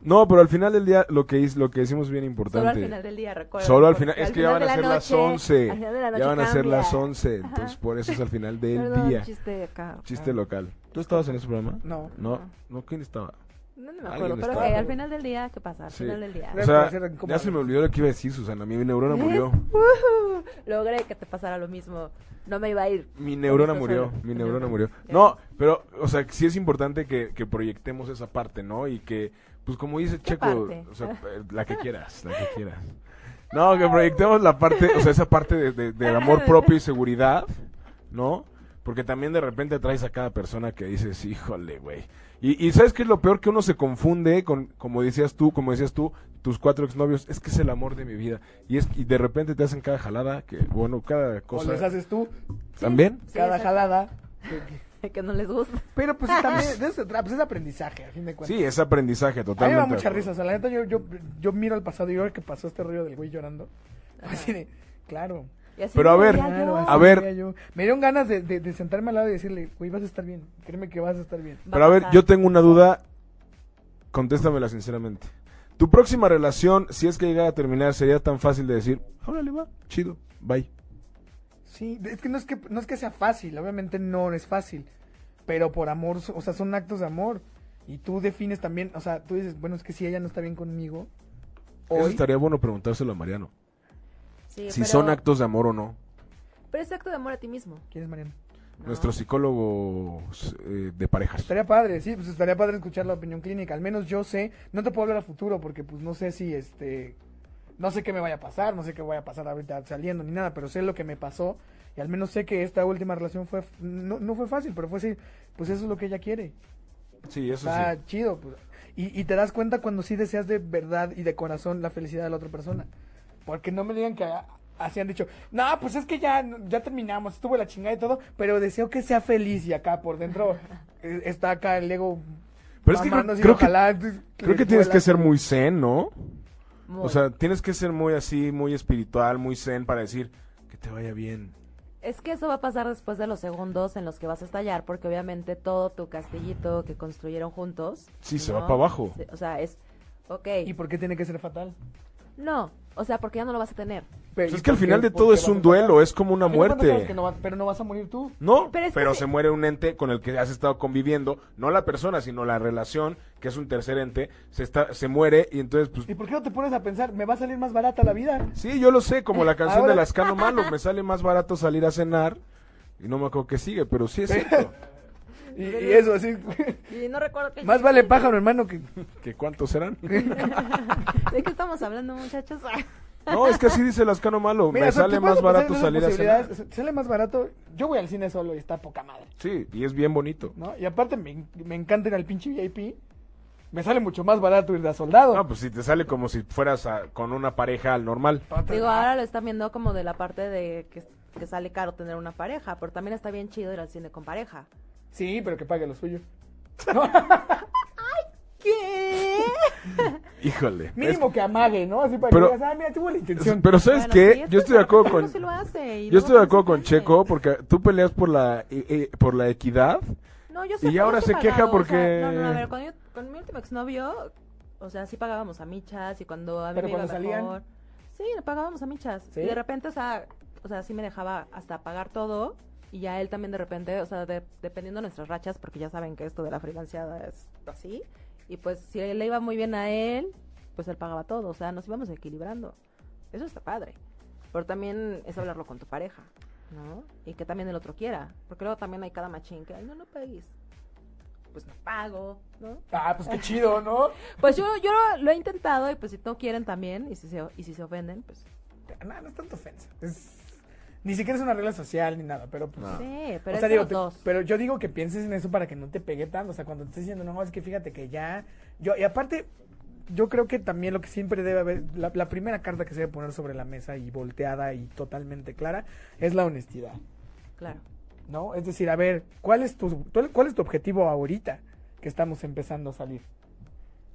Speaker 2: No, pero al final del día lo que, hiz- lo que decimos es bien importante.
Speaker 3: Solo al final del día, recuerda.
Speaker 2: Solo al
Speaker 3: porque
Speaker 2: final, es
Speaker 3: al
Speaker 2: que ya van
Speaker 3: final
Speaker 2: a
Speaker 3: de
Speaker 2: ser
Speaker 3: la
Speaker 2: las
Speaker 3: noche-
Speaker 2: 11.
Speaker 3: al final de la
Speaker 2: Ya
Speaker 3: noche
Speaker 2: van a ser
Speaker 3: cambia.
Speaker 2: las 11. Entonces, por eso es al final del
Speaker 3: Perdón, Ah.
Speaker 2: día.
Speaker 3: chiste acá.
Speaker 2: Chiste local. ¿Tú estabas en ese programa?
Speaker 4: No.
Speaker 2: No, no, ¿quién estaba?
Speaker 3: No, no me
Speaker 2: Alguien
Speaker 3: acuerdo, pero
Speaker 2: estaba.
Speaker 3: que al final del día, ¿qué pasa? Al
Speaker 2: Sí.
Speaker 3: final del día. ¿Eh?
Speaker 2: O sea,
Speaker 4: Gracias por hacer incómodo.
Speaker 2: ya se me olvidó lo que iba a decir, Susana. Mi neurona
Speaker 3: <laughs>
Speaker 2: murió.
Speaker 3: ¡Ujú! Logré que te pasara lo mismo. No me iba a ir. <laughs>
Speaker 2: Mi neurona
Speaker 3: Está
Speaker 2: murió,
Speaker 3: sola.
Speaker 2: mi neurona murió.
Speaker 3: Ya.
Speaker 2: No, pero, o sea, sí es importante que, que proyectemos esa parte, ¿no? Y que, pues como dice
Speaker 3: ¿Qué
Speaker 2: Checo,
Speaker 3: parte? Ah.
Speaker 2: o sea, eh, la que quieras, la que quieras. No, que proyectemos la parte, o sea, esa parte de, de- del
Speaker 3: <laughs>
Speaker 2: amor propio y seguridad, ¿no? Porque también de repente traes a cada persona que dices, híjole, güey. Y, y ¿sabes qué es lo peor? Que uno se confunde con, como decías tú, como decías tú, tus cuatro exnovios, es que es el amor de mi vida. Y es y de repente te hacen cada jalada, que, bueno, cada
Speaker 4: O
Speaker 2: cosa.
Speaker 4: les haces tú
Speaker 2: ¿También?
Speaker 3: Sí,
Speaker 4: cada
Speaker 3: exacto.
Speaker 4: jalada.
Speaker 3: Que no les gusta.
Speaker 4: Pero pues
Speaker 3: <laughs>
Speaker 4: también, de eso se trata, pues, es aprendizaje, a fin de cuentas.
Speaker 2: Sí, es aprendizaje
Speaker 4: A mí me
Speaker 2: totalmente.
Speaker 4: da mucha
Speaker 2: de acuerdo.
Speaker 4: risa, o sea, la neta yo, yo, yo miro al pasado y veo que pasó este rollo del güey llorando. Así de, claro.
Speaker 3: Y así
Speaker 2: Pero a
Speaker 3: me
Speaker 2: ver,
Speaker 3: veía yo.
Speaker 4: claro, así
Speaker 2: a ver.
Speaker 4: veía yo. Me dieron ganas de, de- de sentarme al lado y decirle, güey, vas a estar bien, créeme que vas a estar bien.
Speaker 3: Va
Speaker 2: Pero a ver,
Speaker 3: pasar.
Speaker 2: yo tengo una duda. Contéstamela sinceramente. ¿Tu próxima relación, si es que llegara a terminar, sería tan fácil de decir, órale, va, chido, bye?
Speaker 4: Sí, es que no es que no es que sea fácil, obviamente no es fácil, pero por amor, o sea, son actos de amor y tú defines también, o sea, tú dices, bueno, es que si ella no está bien conmigo,
Speaker 2: Eso
Speaker 4: hoy
Speaker 2: estaría bueno preguntárselo a Mariano.
Speaker 3: Sí,
Speaker 2: si
Speaker 3: pero-
Speaker 2: son actos de amor o no.
Speaker 3: Pero es acto de amor a ti mismo.
Speaker 4: ¿quién es Mariano?
Speaker 3: ¿no?
Speaker 2: Nuestro psicólogo eh, de parejas.
Speaker 4: Estaría padre, sí, pues estaría padre escuchar la opinión clínica, al menos yo sé, no te puedo hablar a futuro porque pues no sé si este no sé qué me vaya a pasar, no sé qué vaya a pasar ahorita saliendo ni nada, pero sé lo que me pasó y al menos sé que esta última relación fue no, no fue fácil, pero fue así, pues eso es lo que ella quiere.
Speaker 2: Sí, eso
Speaker 4: Está
Speaker 2: sí.
Speaker 4: chido. Pues. Y, y te das cuenta cuando sí deseas de verdad y de corazón la felicidad de la otra persona. Porque no me digan que a- así han dicho, no, pues es que ya, ya terminamos, estuvo la chingada y todo, pero deseo que sea feliz y acá por dentro eh, está acá el ego.
Speaker 2: Pero es que creo,
Speaker 4: mamándose y
Speaker 2: creo que,
Speaker 4: ojalá
Speaker 2: creo que tienes
Speaker 4: vuela.
Speaker 2: que ser muy zen, ¿no?
Speaker 3: Muy.
Speaker 2: O sea, tienes que ser muy así, muy espiritual, muy zen para decir que te vaya bien.
Speaker 3: Es que eso va a pasar después de los segundos en los que vas a estallar, porque obviamente todo tu castillito que construyeron juntos.
Speaker 2: Sí, se va para abajo.
Speaker 3: Se- O sea, es. Ok.
Speaker 4: ¿Y por qué tiene que ser fatal?
Speaker 3: No, o sea, porque ya no lo vas a tener.
Speaker 4: Pero,
Speaker 2: Pues
Speaker 4: ¿y
Speaker 2: es que al
Speaker 4: por qué-
Speaker 2: final de
Speaker 4: por
Speaker 2: todo
Speaker 4: qué
Speaker 2: es
Speaker 4: vas a
Speaker 2: un
Speaker 4: pasar?
Speaker 2: duelo, es como una
Speaker 4: Al final de cuentas sabes
Speaker 2: muerte.
Speaker 4: pues, que no va- pero no vas a morir tú.
Speaker 2: No, pero,
Speaker 3: Pero es que sí.
Speaker 2: se muere un ente con el que has estado conviviendo, no la persona, sino la relación, que es un tercer ente, se está, se muere y entonces
Speaker 4: ¿Y
Speaker 2: pues
Speaker 4: por qué no te pones a pensar, me va a salir más barata la
Speaker 2: <laughs>
Speaker 4: vida?
Speaker 2: sí, yo lo sé, como la canción
Speaker 4: Ahora-
Speaker 2: de Lascano Malo, me sale más barato salir a cenar y no me acuerdo qué sigue, pero sí es cierto.
Speaker 4: Y, y eso, así. <laughs>
Speaker 3: Y no recuerdo qué.
Speaker 4: más vale pájaro, hermano, que
Speaker 2: ¿Que cuántos serán?
Speaker 3: ¿De qué estamos hablando, muchachos? <laughs>
Speaker 2: No, es que así dice Lascano Malo,
Speaker 4: Mira,
Speaker 2: me
Speaker 4: o sea,
Speaker 2: sale
Speaker 4: te
Speaker 2: más
Speaker 4: puedes ofrecer
Speaker 2: barato
Speaker 4: esas
Speaker 2: salir a cenar.
Speaker 4: posibilidades, Sale más barato. Yo voy al cine solo y está poca madre,
Speaker 2: Sí, y es bien bonito.
Speaker 4: ¿no? Y aparte me, en- me encanta ir al pinche VIP. Me sale mucho más barato ir de a soldado.
Speaker 2: No, pues si te sale como si fueras a- con una pareja al normal.
Speaker 4: Entonces,
Speaker 3: Digo,
Speaker 4: ah,
Speaker 3: ahora lo están viendo como de la parte de que, que sale caro tener una pareja, pero también está bien chido ir al cine con pareja.
Speaker 4: Sí, pero que pague lo suyo.
Speaker 3: ¿Qué?
Speaker 2: Híjole. es-
Speaker 4: Mínimo que amague, ¿no? Así para
Speaker 2: Pero-
Speaker 4: que digas, ah, mira, tuvo la intención.
Speaker 2: pero ¿sabes
Speaker 3: Bueno, sí,
Speaker 2: qué?
Speaker 3: es
Speaker 2: Yo estoy de
Speaker 3: que
Speaker 2: acuerdo
Speaker 3: Checo
Speaker 2: con
Speaker 3: sí lo hace y
Speaker 2: Yo
Speaker 3: luego
Speaker 2: estoy de
Speaker 3: no
Speaker 2: acuerdo
Speaker 3: se
Speaker 2: con
Speaker 3: puede.
Speaker 2: Checo porque tú peleas por la eh, eh, por la equidad.
Speaker 3: No, yo
Speaker 2: Y
Speaker 3: sé-
Speaker 2: ahora
Speaker 3: yo
Speaker 2: se
Speaker 3: sí
Speaker 2: queja
Speaker 3: pagaba, o
Speaker 2: porque-
Speaker 3: sea, no, no, a ver, con, yo- con mi último exnovio, o sea, sí pagábamos a michas y cuando a mí
Speaker 4: Pero
Speaker 3: me iba
Speaker 4: cuando salían.
Speaker 3: mejor. Sí, le pagábamos a michas.
Speaker 4: ¿Sí?
Speaker 3: Y de repente, o sea, o sea, sí me dejaba hasta pagar todo y ya él también de repente, o sea, de- dependiendo de nuestras rachas, porque ya saben que esto de la freelanciada es así, y pues si le iba muy bien a él, pues él pagaba todo, o sea, nos íbamos equilibrando. Eso está padre. Pero también es hablarlo con tu pareja. ¿no? Y que también el otro quiera, porque luego también hay cada machín que, ay, no, no pagues. Pues no pago, ¿no?
Speaker 4: Ah, pues qué chido, ¿no?
Speaker 3: Pues yo, yo lo he intentado y pues si no quieren también y si se, y si se ofenden, pues
Speaker 4: No, no es tanto ofensa. Es... Ni siquiera es una regla social ni nada, pero pues.
Speaker 3: sí,
Speaker 4: O
Speaker 3: pero
Speaker 4: sea,
Speaker 3: es de
Speaker 4: digo,
Speaker 3: los
Speaker 4: te-
Speaker 3: dos.
Speaker 4: pero yo digo que pienses en eso para que no te pegue tanto. O sea, cuando te estés diciendo, no, es que fíjate que ya. yo Y aparte, yo creo que también lo que siempre debe haber, la, la primera carta que se debe poner sobre la mesa y volteada y totalmente clara, es la honestidad,
Speaker 3: Claro.
Speaker 4: ¿no? Es decir, a ver, ¿cuál es tu, tu- cuál es tu objetivo ahorita que estamos empezando a salir?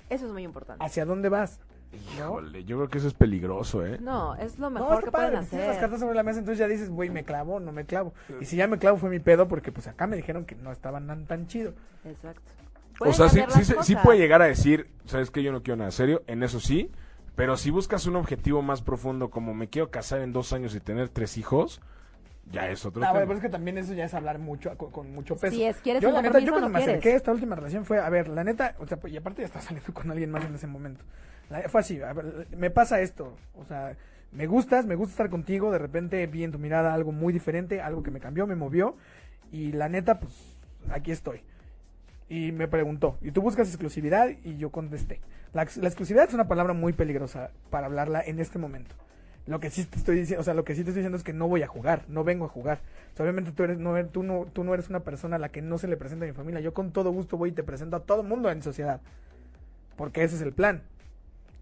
Speaker 3: Eso es muy importante.
Speaker 4: ¿Hacia dónde vas?
Speaker 2: Híjole, yo creo que eso es peligroso, ¿eh?
Speaker 3: No, es lo
Speaker 4: No,
Speaker 3: mejor
Speaker 4: está
Speaker 3: que pueden
Speaker 4: padre, pues, si tienes las
Speaker 3: hacer.
Speaker 4: cartas sobre la mesa, entonces ya dices, güey, me clavo, o no me clavo. Y si ya me clavo fue mi pedo, porque pues acá me dijeron que no estaban tan, tan chido.
Speaker 3: Exacto.
Speaker 2: O
Speaker 3: Pueden
Speaker 2: sea, sí,
Speaker 3: cambiar
Speaker 2: sí
Speaker 3: las
Speaker 2: se- sí
Speaker 3: cosas.
Speaker 2: puede llegar a decir, ¿sabes que Yo no quiero nada serio, en eso sí, pero si buscas un objetivo más profundo como me quiero casar en dos años y tener tres hijos, ya es otro
Speaker 4: Ah,
Speaker 2: tema.
Speaker 4: bueno, pero es que también eso ya es hablar mucho, con, con mucho peso.
Speaker 3: Sí, es, ¿quieres
Speaker 4: yo,
Speaker 3: un
Speaker 4: la neta,
Speaker 3: compromiso
Speaker 4: yo
Speaker 3: o
Speaker 4: cuando
Speaker 3: no
Speaker 4: me
Speaker 3: quieres?
Speaker 4: acerqué a esta última relación fue, a ver, la neta, o sea, pues, y aparte ya estaba saliendo con alguien más en ese momento. La- fue así, a ver, me pasa esto, o sea, me gustas, me gusta estar contigo, de repente vi en tu mirada algo muy diferente, algo que me cambió, me movió, y la neta, pues, aquí estoy. Y me preguntó, ¿y tú buscas exclusividad? Y yo contesté. La, ex- la exclusividad es una palabra muy peligrosa para hablarla en este momento. Lo que sí te estoy diciendo, o sea, lo que sí te estoy diciendo es que no voy a jugar, no vengo a jugar. O sea, obviamente tú eres, no, eres- tú no, tú no eres una persona a la que no se le presenta a mi familia. Yo con todo gusto voy y te presento a todo mundo en sociedad. Porque ese es el plan.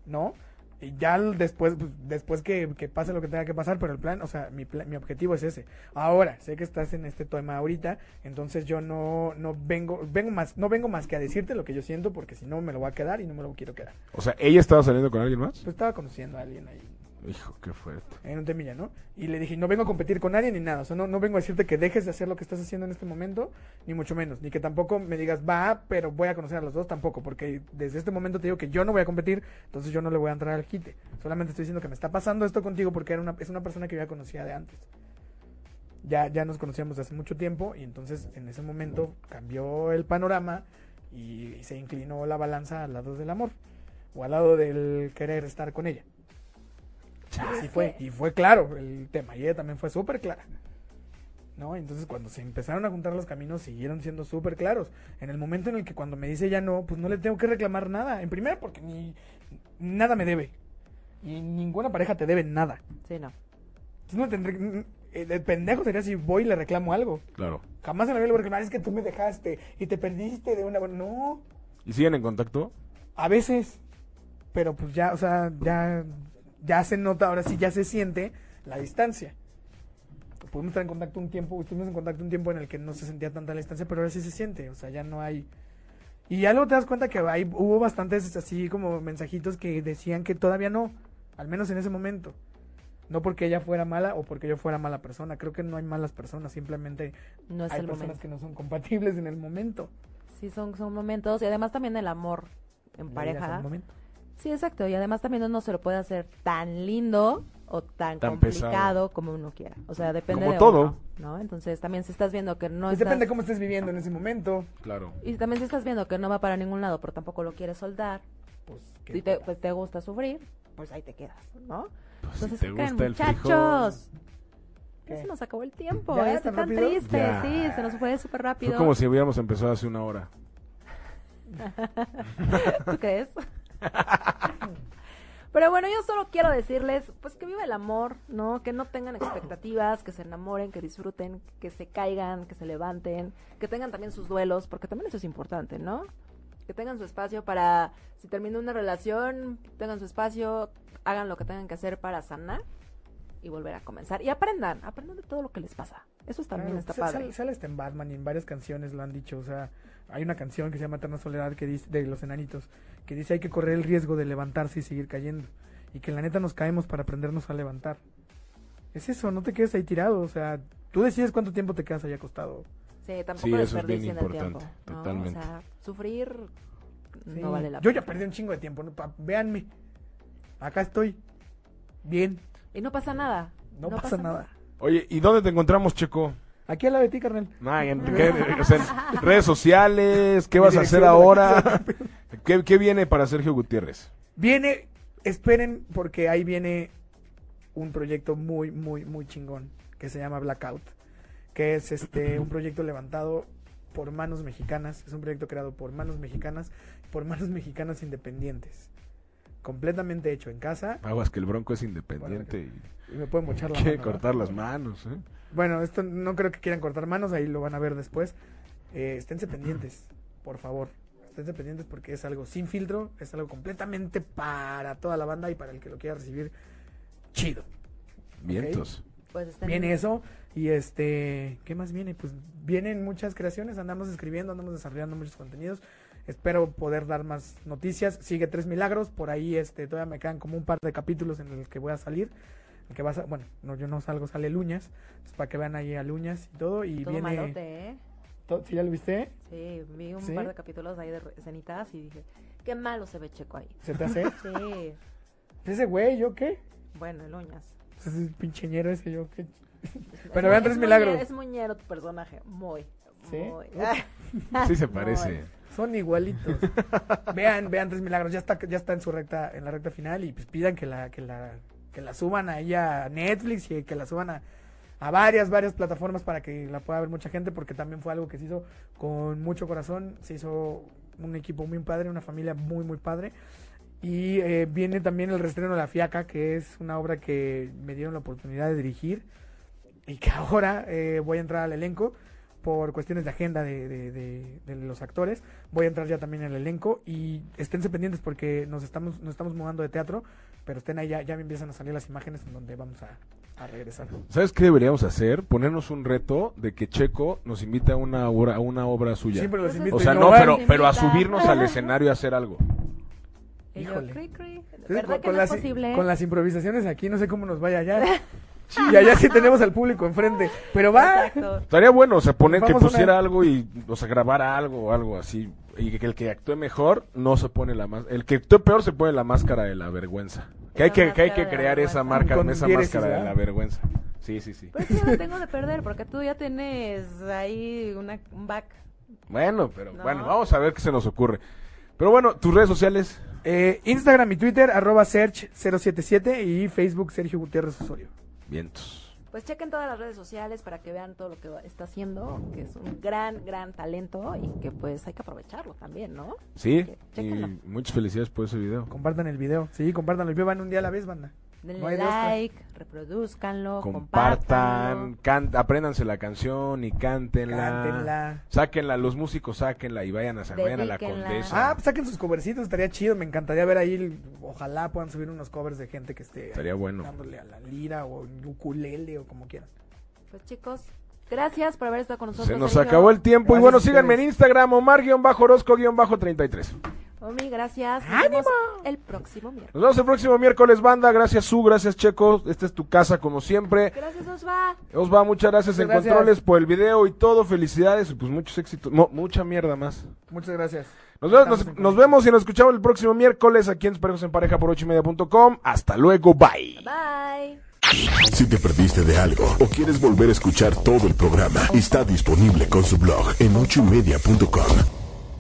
Speaker 4: ¿No? Y ya l- después, pues, después que, que pase lo que tenga que pasar, pero el plan, o sea, mi, pla- mi objetivo es ese. Ahora, sé que estás en este tema ahorita, entonces yo no, no vengo, vengo más, no vengo más que a decirte lo que yo siento, porque si no me lo voy a quedar y no me lo quiero quedar.
Speaker 2: O sea, ¿ella estaba saliendo con alguien más?
Speaker 4: Pues estaba conociendo a alguien ahí
Speaker 2: Hijo, qué fuerte.
Speaker 4: en un temilla, ¿no? Y le dije, no vengo a competir con nadie ni nada, o sea, no, no vengo a decirte que dejes de hacer lo que estás haciendo en este momento, ni mucho menos, ni que tampoco me digas, va, pero voy a conocer a los dos tampoco, porque desde este momento te digo que yo no voy a competir, entonces yo no le voy a entrar al quite, solamente estoy diciendo que me está pasando esto contigo porque era una, es una persona que yo ya conocía de antes. Ya, ya nos conocíamos de hace mucho tiempo y entonces en ese momento cambió el panorama y se inclinó la balanza al lado del amor o al lado del querer estar con ella. Así fue, y fue claro el tema, y ella también fue súper clara. ¿No? Entonces cuando se empezaron a juntar los caminos siguieron siendo súper claros. En el momento en el que cuando me dice ya no, pues no le tengo que reclamar nada. En primera porque ni nada me debe. Y ninguna pareja te debe nada.
Speaker 3: Sí, no.
Speaker 4: Entonces no tendré... eh, El pendejo sería si voy y le reclamo algo.
Speaker 2: Claro.
Speaker 4: Jamás en la vida le voy a reclamar, es que tú me dejaste y te perdiste de una... No,
Speaker 2: ¿Y siguen en contacto?
Speaker 4: a veces, pero pues ya, o sea, ya, ya se nota, ahora sí ya se siente la distancia. Pudimos estar en contacto un tiempo, estuvimos en contacto un tiempo en el que no se sentía tanta la distancia, pero ahora sí se siente, o sea, ya no hay... Y ya luego te das cuenta que hay, hubo bastantes así como mensajitos que decían que todavía no, al menos en ese momento. No porque ella fuera mala o porque yo fuera mala persona, creo que no hay malas personas, simplemente
Speaker 3: No es
Speaker 4: hay
Speaker 3: el
Speaker 4: personas
Speaker 3: momento.
Speaker 4: que no son compatibles en el momento.
Speaker 3: Sí, son, son momentos. Y además también el amor en
Speaker 4: La vida es
Speaker 3: pareja.
Speaker 4: un momento.
Speaker 3: Sí, exacto. Y además también uno se lo puede hacer tan lindo o tan,
Speaker 2: Tan
Speaker 3: complicado
Speaker 2: pesado.
Speaker 3: como uno quiera. O sea, depende
Speaker 2: Como
Speaker 3: de
Speaker 2: todo.
Speaker 3: uno, ¿no? Entonces también si estás viendo que no
Speaker 4: Pues
Speaker 3: estás...
Speaker 4: depende cómo estés viviendo en ese momento.
Speaker 2: Claro.
Speaker 3: Y también si estás viendo que no va para ningún lado, pero tampoco lo quieres soldar,
Speaker 4: Pues, ¿qué
Speaker 3: y te,
Speaker 4: tal?
Speaker 3: pues te gusta sufrir, pues ahí te quedas, ¿no? Entonces,
Speaker 2: Pues, te
Speaker 3: ¿qué creen,
Speaker 2: gusta el
Speaker 3: Pues muchachos?
Speaker 4: ¿Qué?
Speaker 3: Ya se nos acabó el tiempo,
Speaker 4: ¿Ya?
Speaker 3: ya estoy
Speaker 4: ¿Tan
Speaker 3: tan
Speaker 4: rápido?
Speaker 3: triste,
Speaker 2: Ya.
Speaker 3: sí, se nos fue súper rápido.
Speaker 2: Fue como si hubiéramos empezado hace una hora.
Speaker 3: <laughs> ¿Tú crees? Pero bueno, yo solo quiero decirles, pues que viva el amor, ¿no? Que no tengan expectativas, que se enamoren, que disfruten, que se caigan, que se levanten, que tengan también sus duelos, porque también eso es importante, ¿no? Que tengan su espacio para, si termina una relación, tengan su espacio, hagan lo que tengan que hacer para sanar y volver a comenzar. Y aprendan, aprendan de todo lo que les pasa. Eso también
Speaker 4: Claro,
Speaker 3: está
Speaker 4: pues,
Speaker 3: padre.
Speaker 4: sale- Sale hasta en Batman y en varias canciones lo han dicho. O sea, hay una canción que se llama Eterna Soledad que dice, de los enanitos que dice hay que correr el riesgo de levantarse y seguir cayendo. Y que la neta nos caemos para aprendernos a levantar. Es eso, no te quedes ahí tirado. O sea, tú decides cuánto tiempo te quedas ahí acostado.
Speaker 3: Sí, tampoco
Speaker 2: Sí, eso es bien
Speaker 3: desperdicien el tiempo.
Speaker 2: importante,
Speaker 3: ¿no?
Speaker 2: totalmente.
Speaker 3: O sea, sufrir
Speaker 4: Sí.
Speaker 3: no vale la
Speaker 4: Yo
Speaker 3: pena.
Speaker 4: ya perdí un chingo de tiempo. ¿no? Pa- véanme. Acá estoy. Bien.
Speaker 3: Y no pasa nada.
Speaker 4: No, pasa, nada.
Speaker 2: Oye, ¿y dónde te encontramos, Checo?
Speaker 4: Aquí al lado de ti, carnal.
Speaker 2: Ay, en- ¿qué- o sea, en redes sociales, ¿qué vas a hacer
Speaker 4: Dirección de la
Speaker 2: ahora? ¿Qué, qué viene para Sergio Gutiérrez?
Speaker 4: Viene, esperen, porque ahí viene un proyecto muy, muy, muy chingón que que se llama Blackout, que es este un proyecto levantado por manos mexicanas, es un proyecto creado por manos mexicanas, por manos mexicanas independientes. Completamente hecho en casa
Speaker 2: Aguas que el bronco es independiente y
Speaker 4: y me pueden mochar la
Speaker 2: quiere
Speaker 4: mano, ¿verdad?
Speaker 2: cortar las manos, ¿eh?
Speaker 4: Bueno, esto no creo que quieran cortar manos, ahí lo van a ver después. Eh, esténse pendientes, por favor. Esténse pendientes porque es algo sin filtro, es algo completamente para toda la banda y para el que lo quiera recibir. Chido.
Speaker 2: Vientos.
Speaker 7: Pues están
Speaker 4: Viene eso y este, ¿qué más viene? Pues vienen muchas creaciones, andamos escribiendo, andamos desarrollando muchos contenidos. Espero poder dar más noticias. Sigue Tres Milagros, por ahí este todavía me quedan como un par de capítulos en el que voy a salir. El que vas a, bueno, no yo no salgo, sale Luñas, entonces para que vean ahí a Luñas y todo y
Speaker 7: todo
Speaker 4: viene
Speaker 7: malote, ¿eh?
Speaker 4: to- ¿Sí ya lo viste?
Speaker 7: Sí, vi un
Speaker 4: ¿Sí?
Speaker 7: par de capítulos ahí de re- escenitas y dije, qué malo se ve Checo ahí.
Speaker 4: ¿Se te hace?
Speaker 7: Sí,
Speaker 4: ese güey, yo qué?
Speaker 7: bueno, el uñas.
Speaker 4: Pues, es pincheñero ese yo qué.
Speaker 7: Es-
Speaker 4: Pero vean
Speaker 7: es
Speaker 4: Tres
Speaker 7: muñe-
Speaker 4: Milagros.
Speaker 7: Es muñero tu personaje, muy.
Speaker 4: ¿Sí?
Speaker 7: muy. Ah,
Speaker 2: Sí se parece.
Speaker 4: Son igualitos. vean, vean Tres Milagros, ya está, ya está en su recta, en la recta final y pues pidan que la, que la, que la suban ahí a Netflix y que la suban a, a varias, varias plataformas para que la pueda ver mucha gente, porque también fue algo que se hizo con mucho corazón, se hizo un equipo muy padre, una familia muy, muy padre. Y eh, viene también el restreno de La Fiaca, que es una obra que me dieron la oportunidad de dirigir y que ahora eh, voy a entrar al elenco por cuestiones de agenda de, de- de- de los actores. Voy a entrar ya también al elenco y esténse pendientes porque nos estamos, nos estamos mudando de teatro, pero estén ahí, ya, ya me empiezan a salir las imágenes en donde vamos a, a regresar.
Speaker 2: ¿Sabes qué deberíamos hacer? Ponernos un reto de que Checo nos invite a una obra, a una obra suya.
Speaker 4: Siempre los
Speaker 7: Pues
Speaker 4: invito.
Speaker 2: o
Speaker 4: y
Speaker 2: sea,
Speaker 4: no
Speaker 2: no,
Speaker 4: van.
Speaker 2: pero, pero a
Speaker 7: Invita.
Speaker 2: subirnos al escenario a hacer algo.
Speaker 4: Híjole.
Speaker 7: Híjole. Cri, cri.
Speaker 4: Entonces,
Speaker 7: ¿Verdad
Speaker 4: con,
Speaker 7: que
Speaker 4: con
Speaker 7: no
Speaker 4: las,
Speaker 7: es posible?
Speaker 4: con las improvisaciones aquí no sé cómo nos vaya allá.
Speaker 7: <laughs>
Speaker 4: y allá sí tenemos al público enfrente. Pero va.
Speaker 7: Exacto.
Speaker 2: Estaría bueno, o sea, poner que
Speaker 4: Vamos a una-
Speaker 2: pusiera algo y, o sea, grabara algo o algo así. Y que, que el que actúe mejor no se pone la máscara. El que actúe peor se pone la máscara de la vergüenza. Que hay
Speaker 7: La
Speaker 2: que, que hay
Speaker 7: máscara
Speaker 2: que
Speaker 7: de la
Speaker 2: crear esa
Speaker 7: vergüenza.
Speaker 2: marca,
Speaker 4: Con
Speaker 2: esa
Speaker 4: diéresis,
Speaker 2: máscara de
Speaker 4: ¿verdad? Pues,
Speaker 2: la vergüenza. Sí, sí, sí.
Speaker 7: Pero es que yo no tengo de perder, porque tú ya tienes ahí una, un back.
Speaker 2: Bueno, pero
Speaker 7: No.
Speaker 2: bueno, vamos a ver qué se nos ocurre. Pero bueno, tus redes sociales.
Speaker 4: Eh, Instagram y Twitter, arroba search077 y Facebook Sergio Gutiérrez Osorio.
Speaker 2: Vientos.
Speaker 7: Pues chequen todas las redes sociales para que vean todo lo que está haciendo, que es un gran, gran talento y que pues hay que aprovecharlo también, ¿no?
Speaker 2: Sí,
Speaker 7: Che-
Speaker 2: y
Speaker 7: chéquenlo.
Speaker 2: muchas felicidades por ese video.
Speaker 4: Compartan el video. Sí, compartan el video. Van un día a la vez, banda.
Speaker 7: Denle
Speaker 4: No hay de otra.
Speaker 7: like, reproduzcanlo,
Speaker 2: Compartan,
Speaker 7: compartan.
Speaker 2: can- apréndanse la canción y cántenla.
Speaker 4: Cántenla.
Speaker 2: Sáquenla, los músicos sáquenla y vayan a, vayan a la
Speaker 7: Dedíquenla.
Speaker 2: condesa.
Speaker 4: Ah, pues saquen sus covercitos, estaría chido. Me encantaría ver ahí. el- Ojalá puedan subir unos covers de gente que esté
Speaker 2: Estaría bueno.
Speaker 4: dándole a la lira o ukulele o como quieran.
Speaker 7: Pues chicos, gracias por haber estado con nosotros.
Speaker 2: Se nos
Speaker 7: Sergio.
Speaker 2: acabó el tiempo y
Speaker 4: Gracias
Speaker 2: bueno,
Speaker 4: a
Speaker 2: síganme en
Speaker 4: ustedes.
Speaker 2: Instagram, Omar-Orozco-33.
Speaker 7: Omi, gracias. Nos vemos el próximo miércoles.
Speaker 2: Nos vemos el próximo miércoles, banda. Gracias, Su, gracias, Checo. Esta es tu casa, como siempre.
Speaker 7: Gracias, Osva.
Speaker 2: Os va, muchas gracias
Speaker 4: Muchas
Speaker 2: en
Speaker 4: gracias.
Speaker 2: controles por el video y todo. Felicidades y pues muchos éxitos. No, mucha mierda más.
Speaker 4: Muchas gracias.
Speaker 2: Nos vemos,
Speaker 4: Estamos
Speaker 2: nos-
Speaker 4: en contacto.
Speaker 2: nos vemos y nos escuchamos el próximo miércoles aquí en Espejos en Pareja por 8 y media punto com. Hasta luego, bye.
Speaker 7: Bye.
Speaker 1: Si te perdiste de algo o quieres volver a escuchar todo el programa, está disponible con su blog en ochoymedia.com.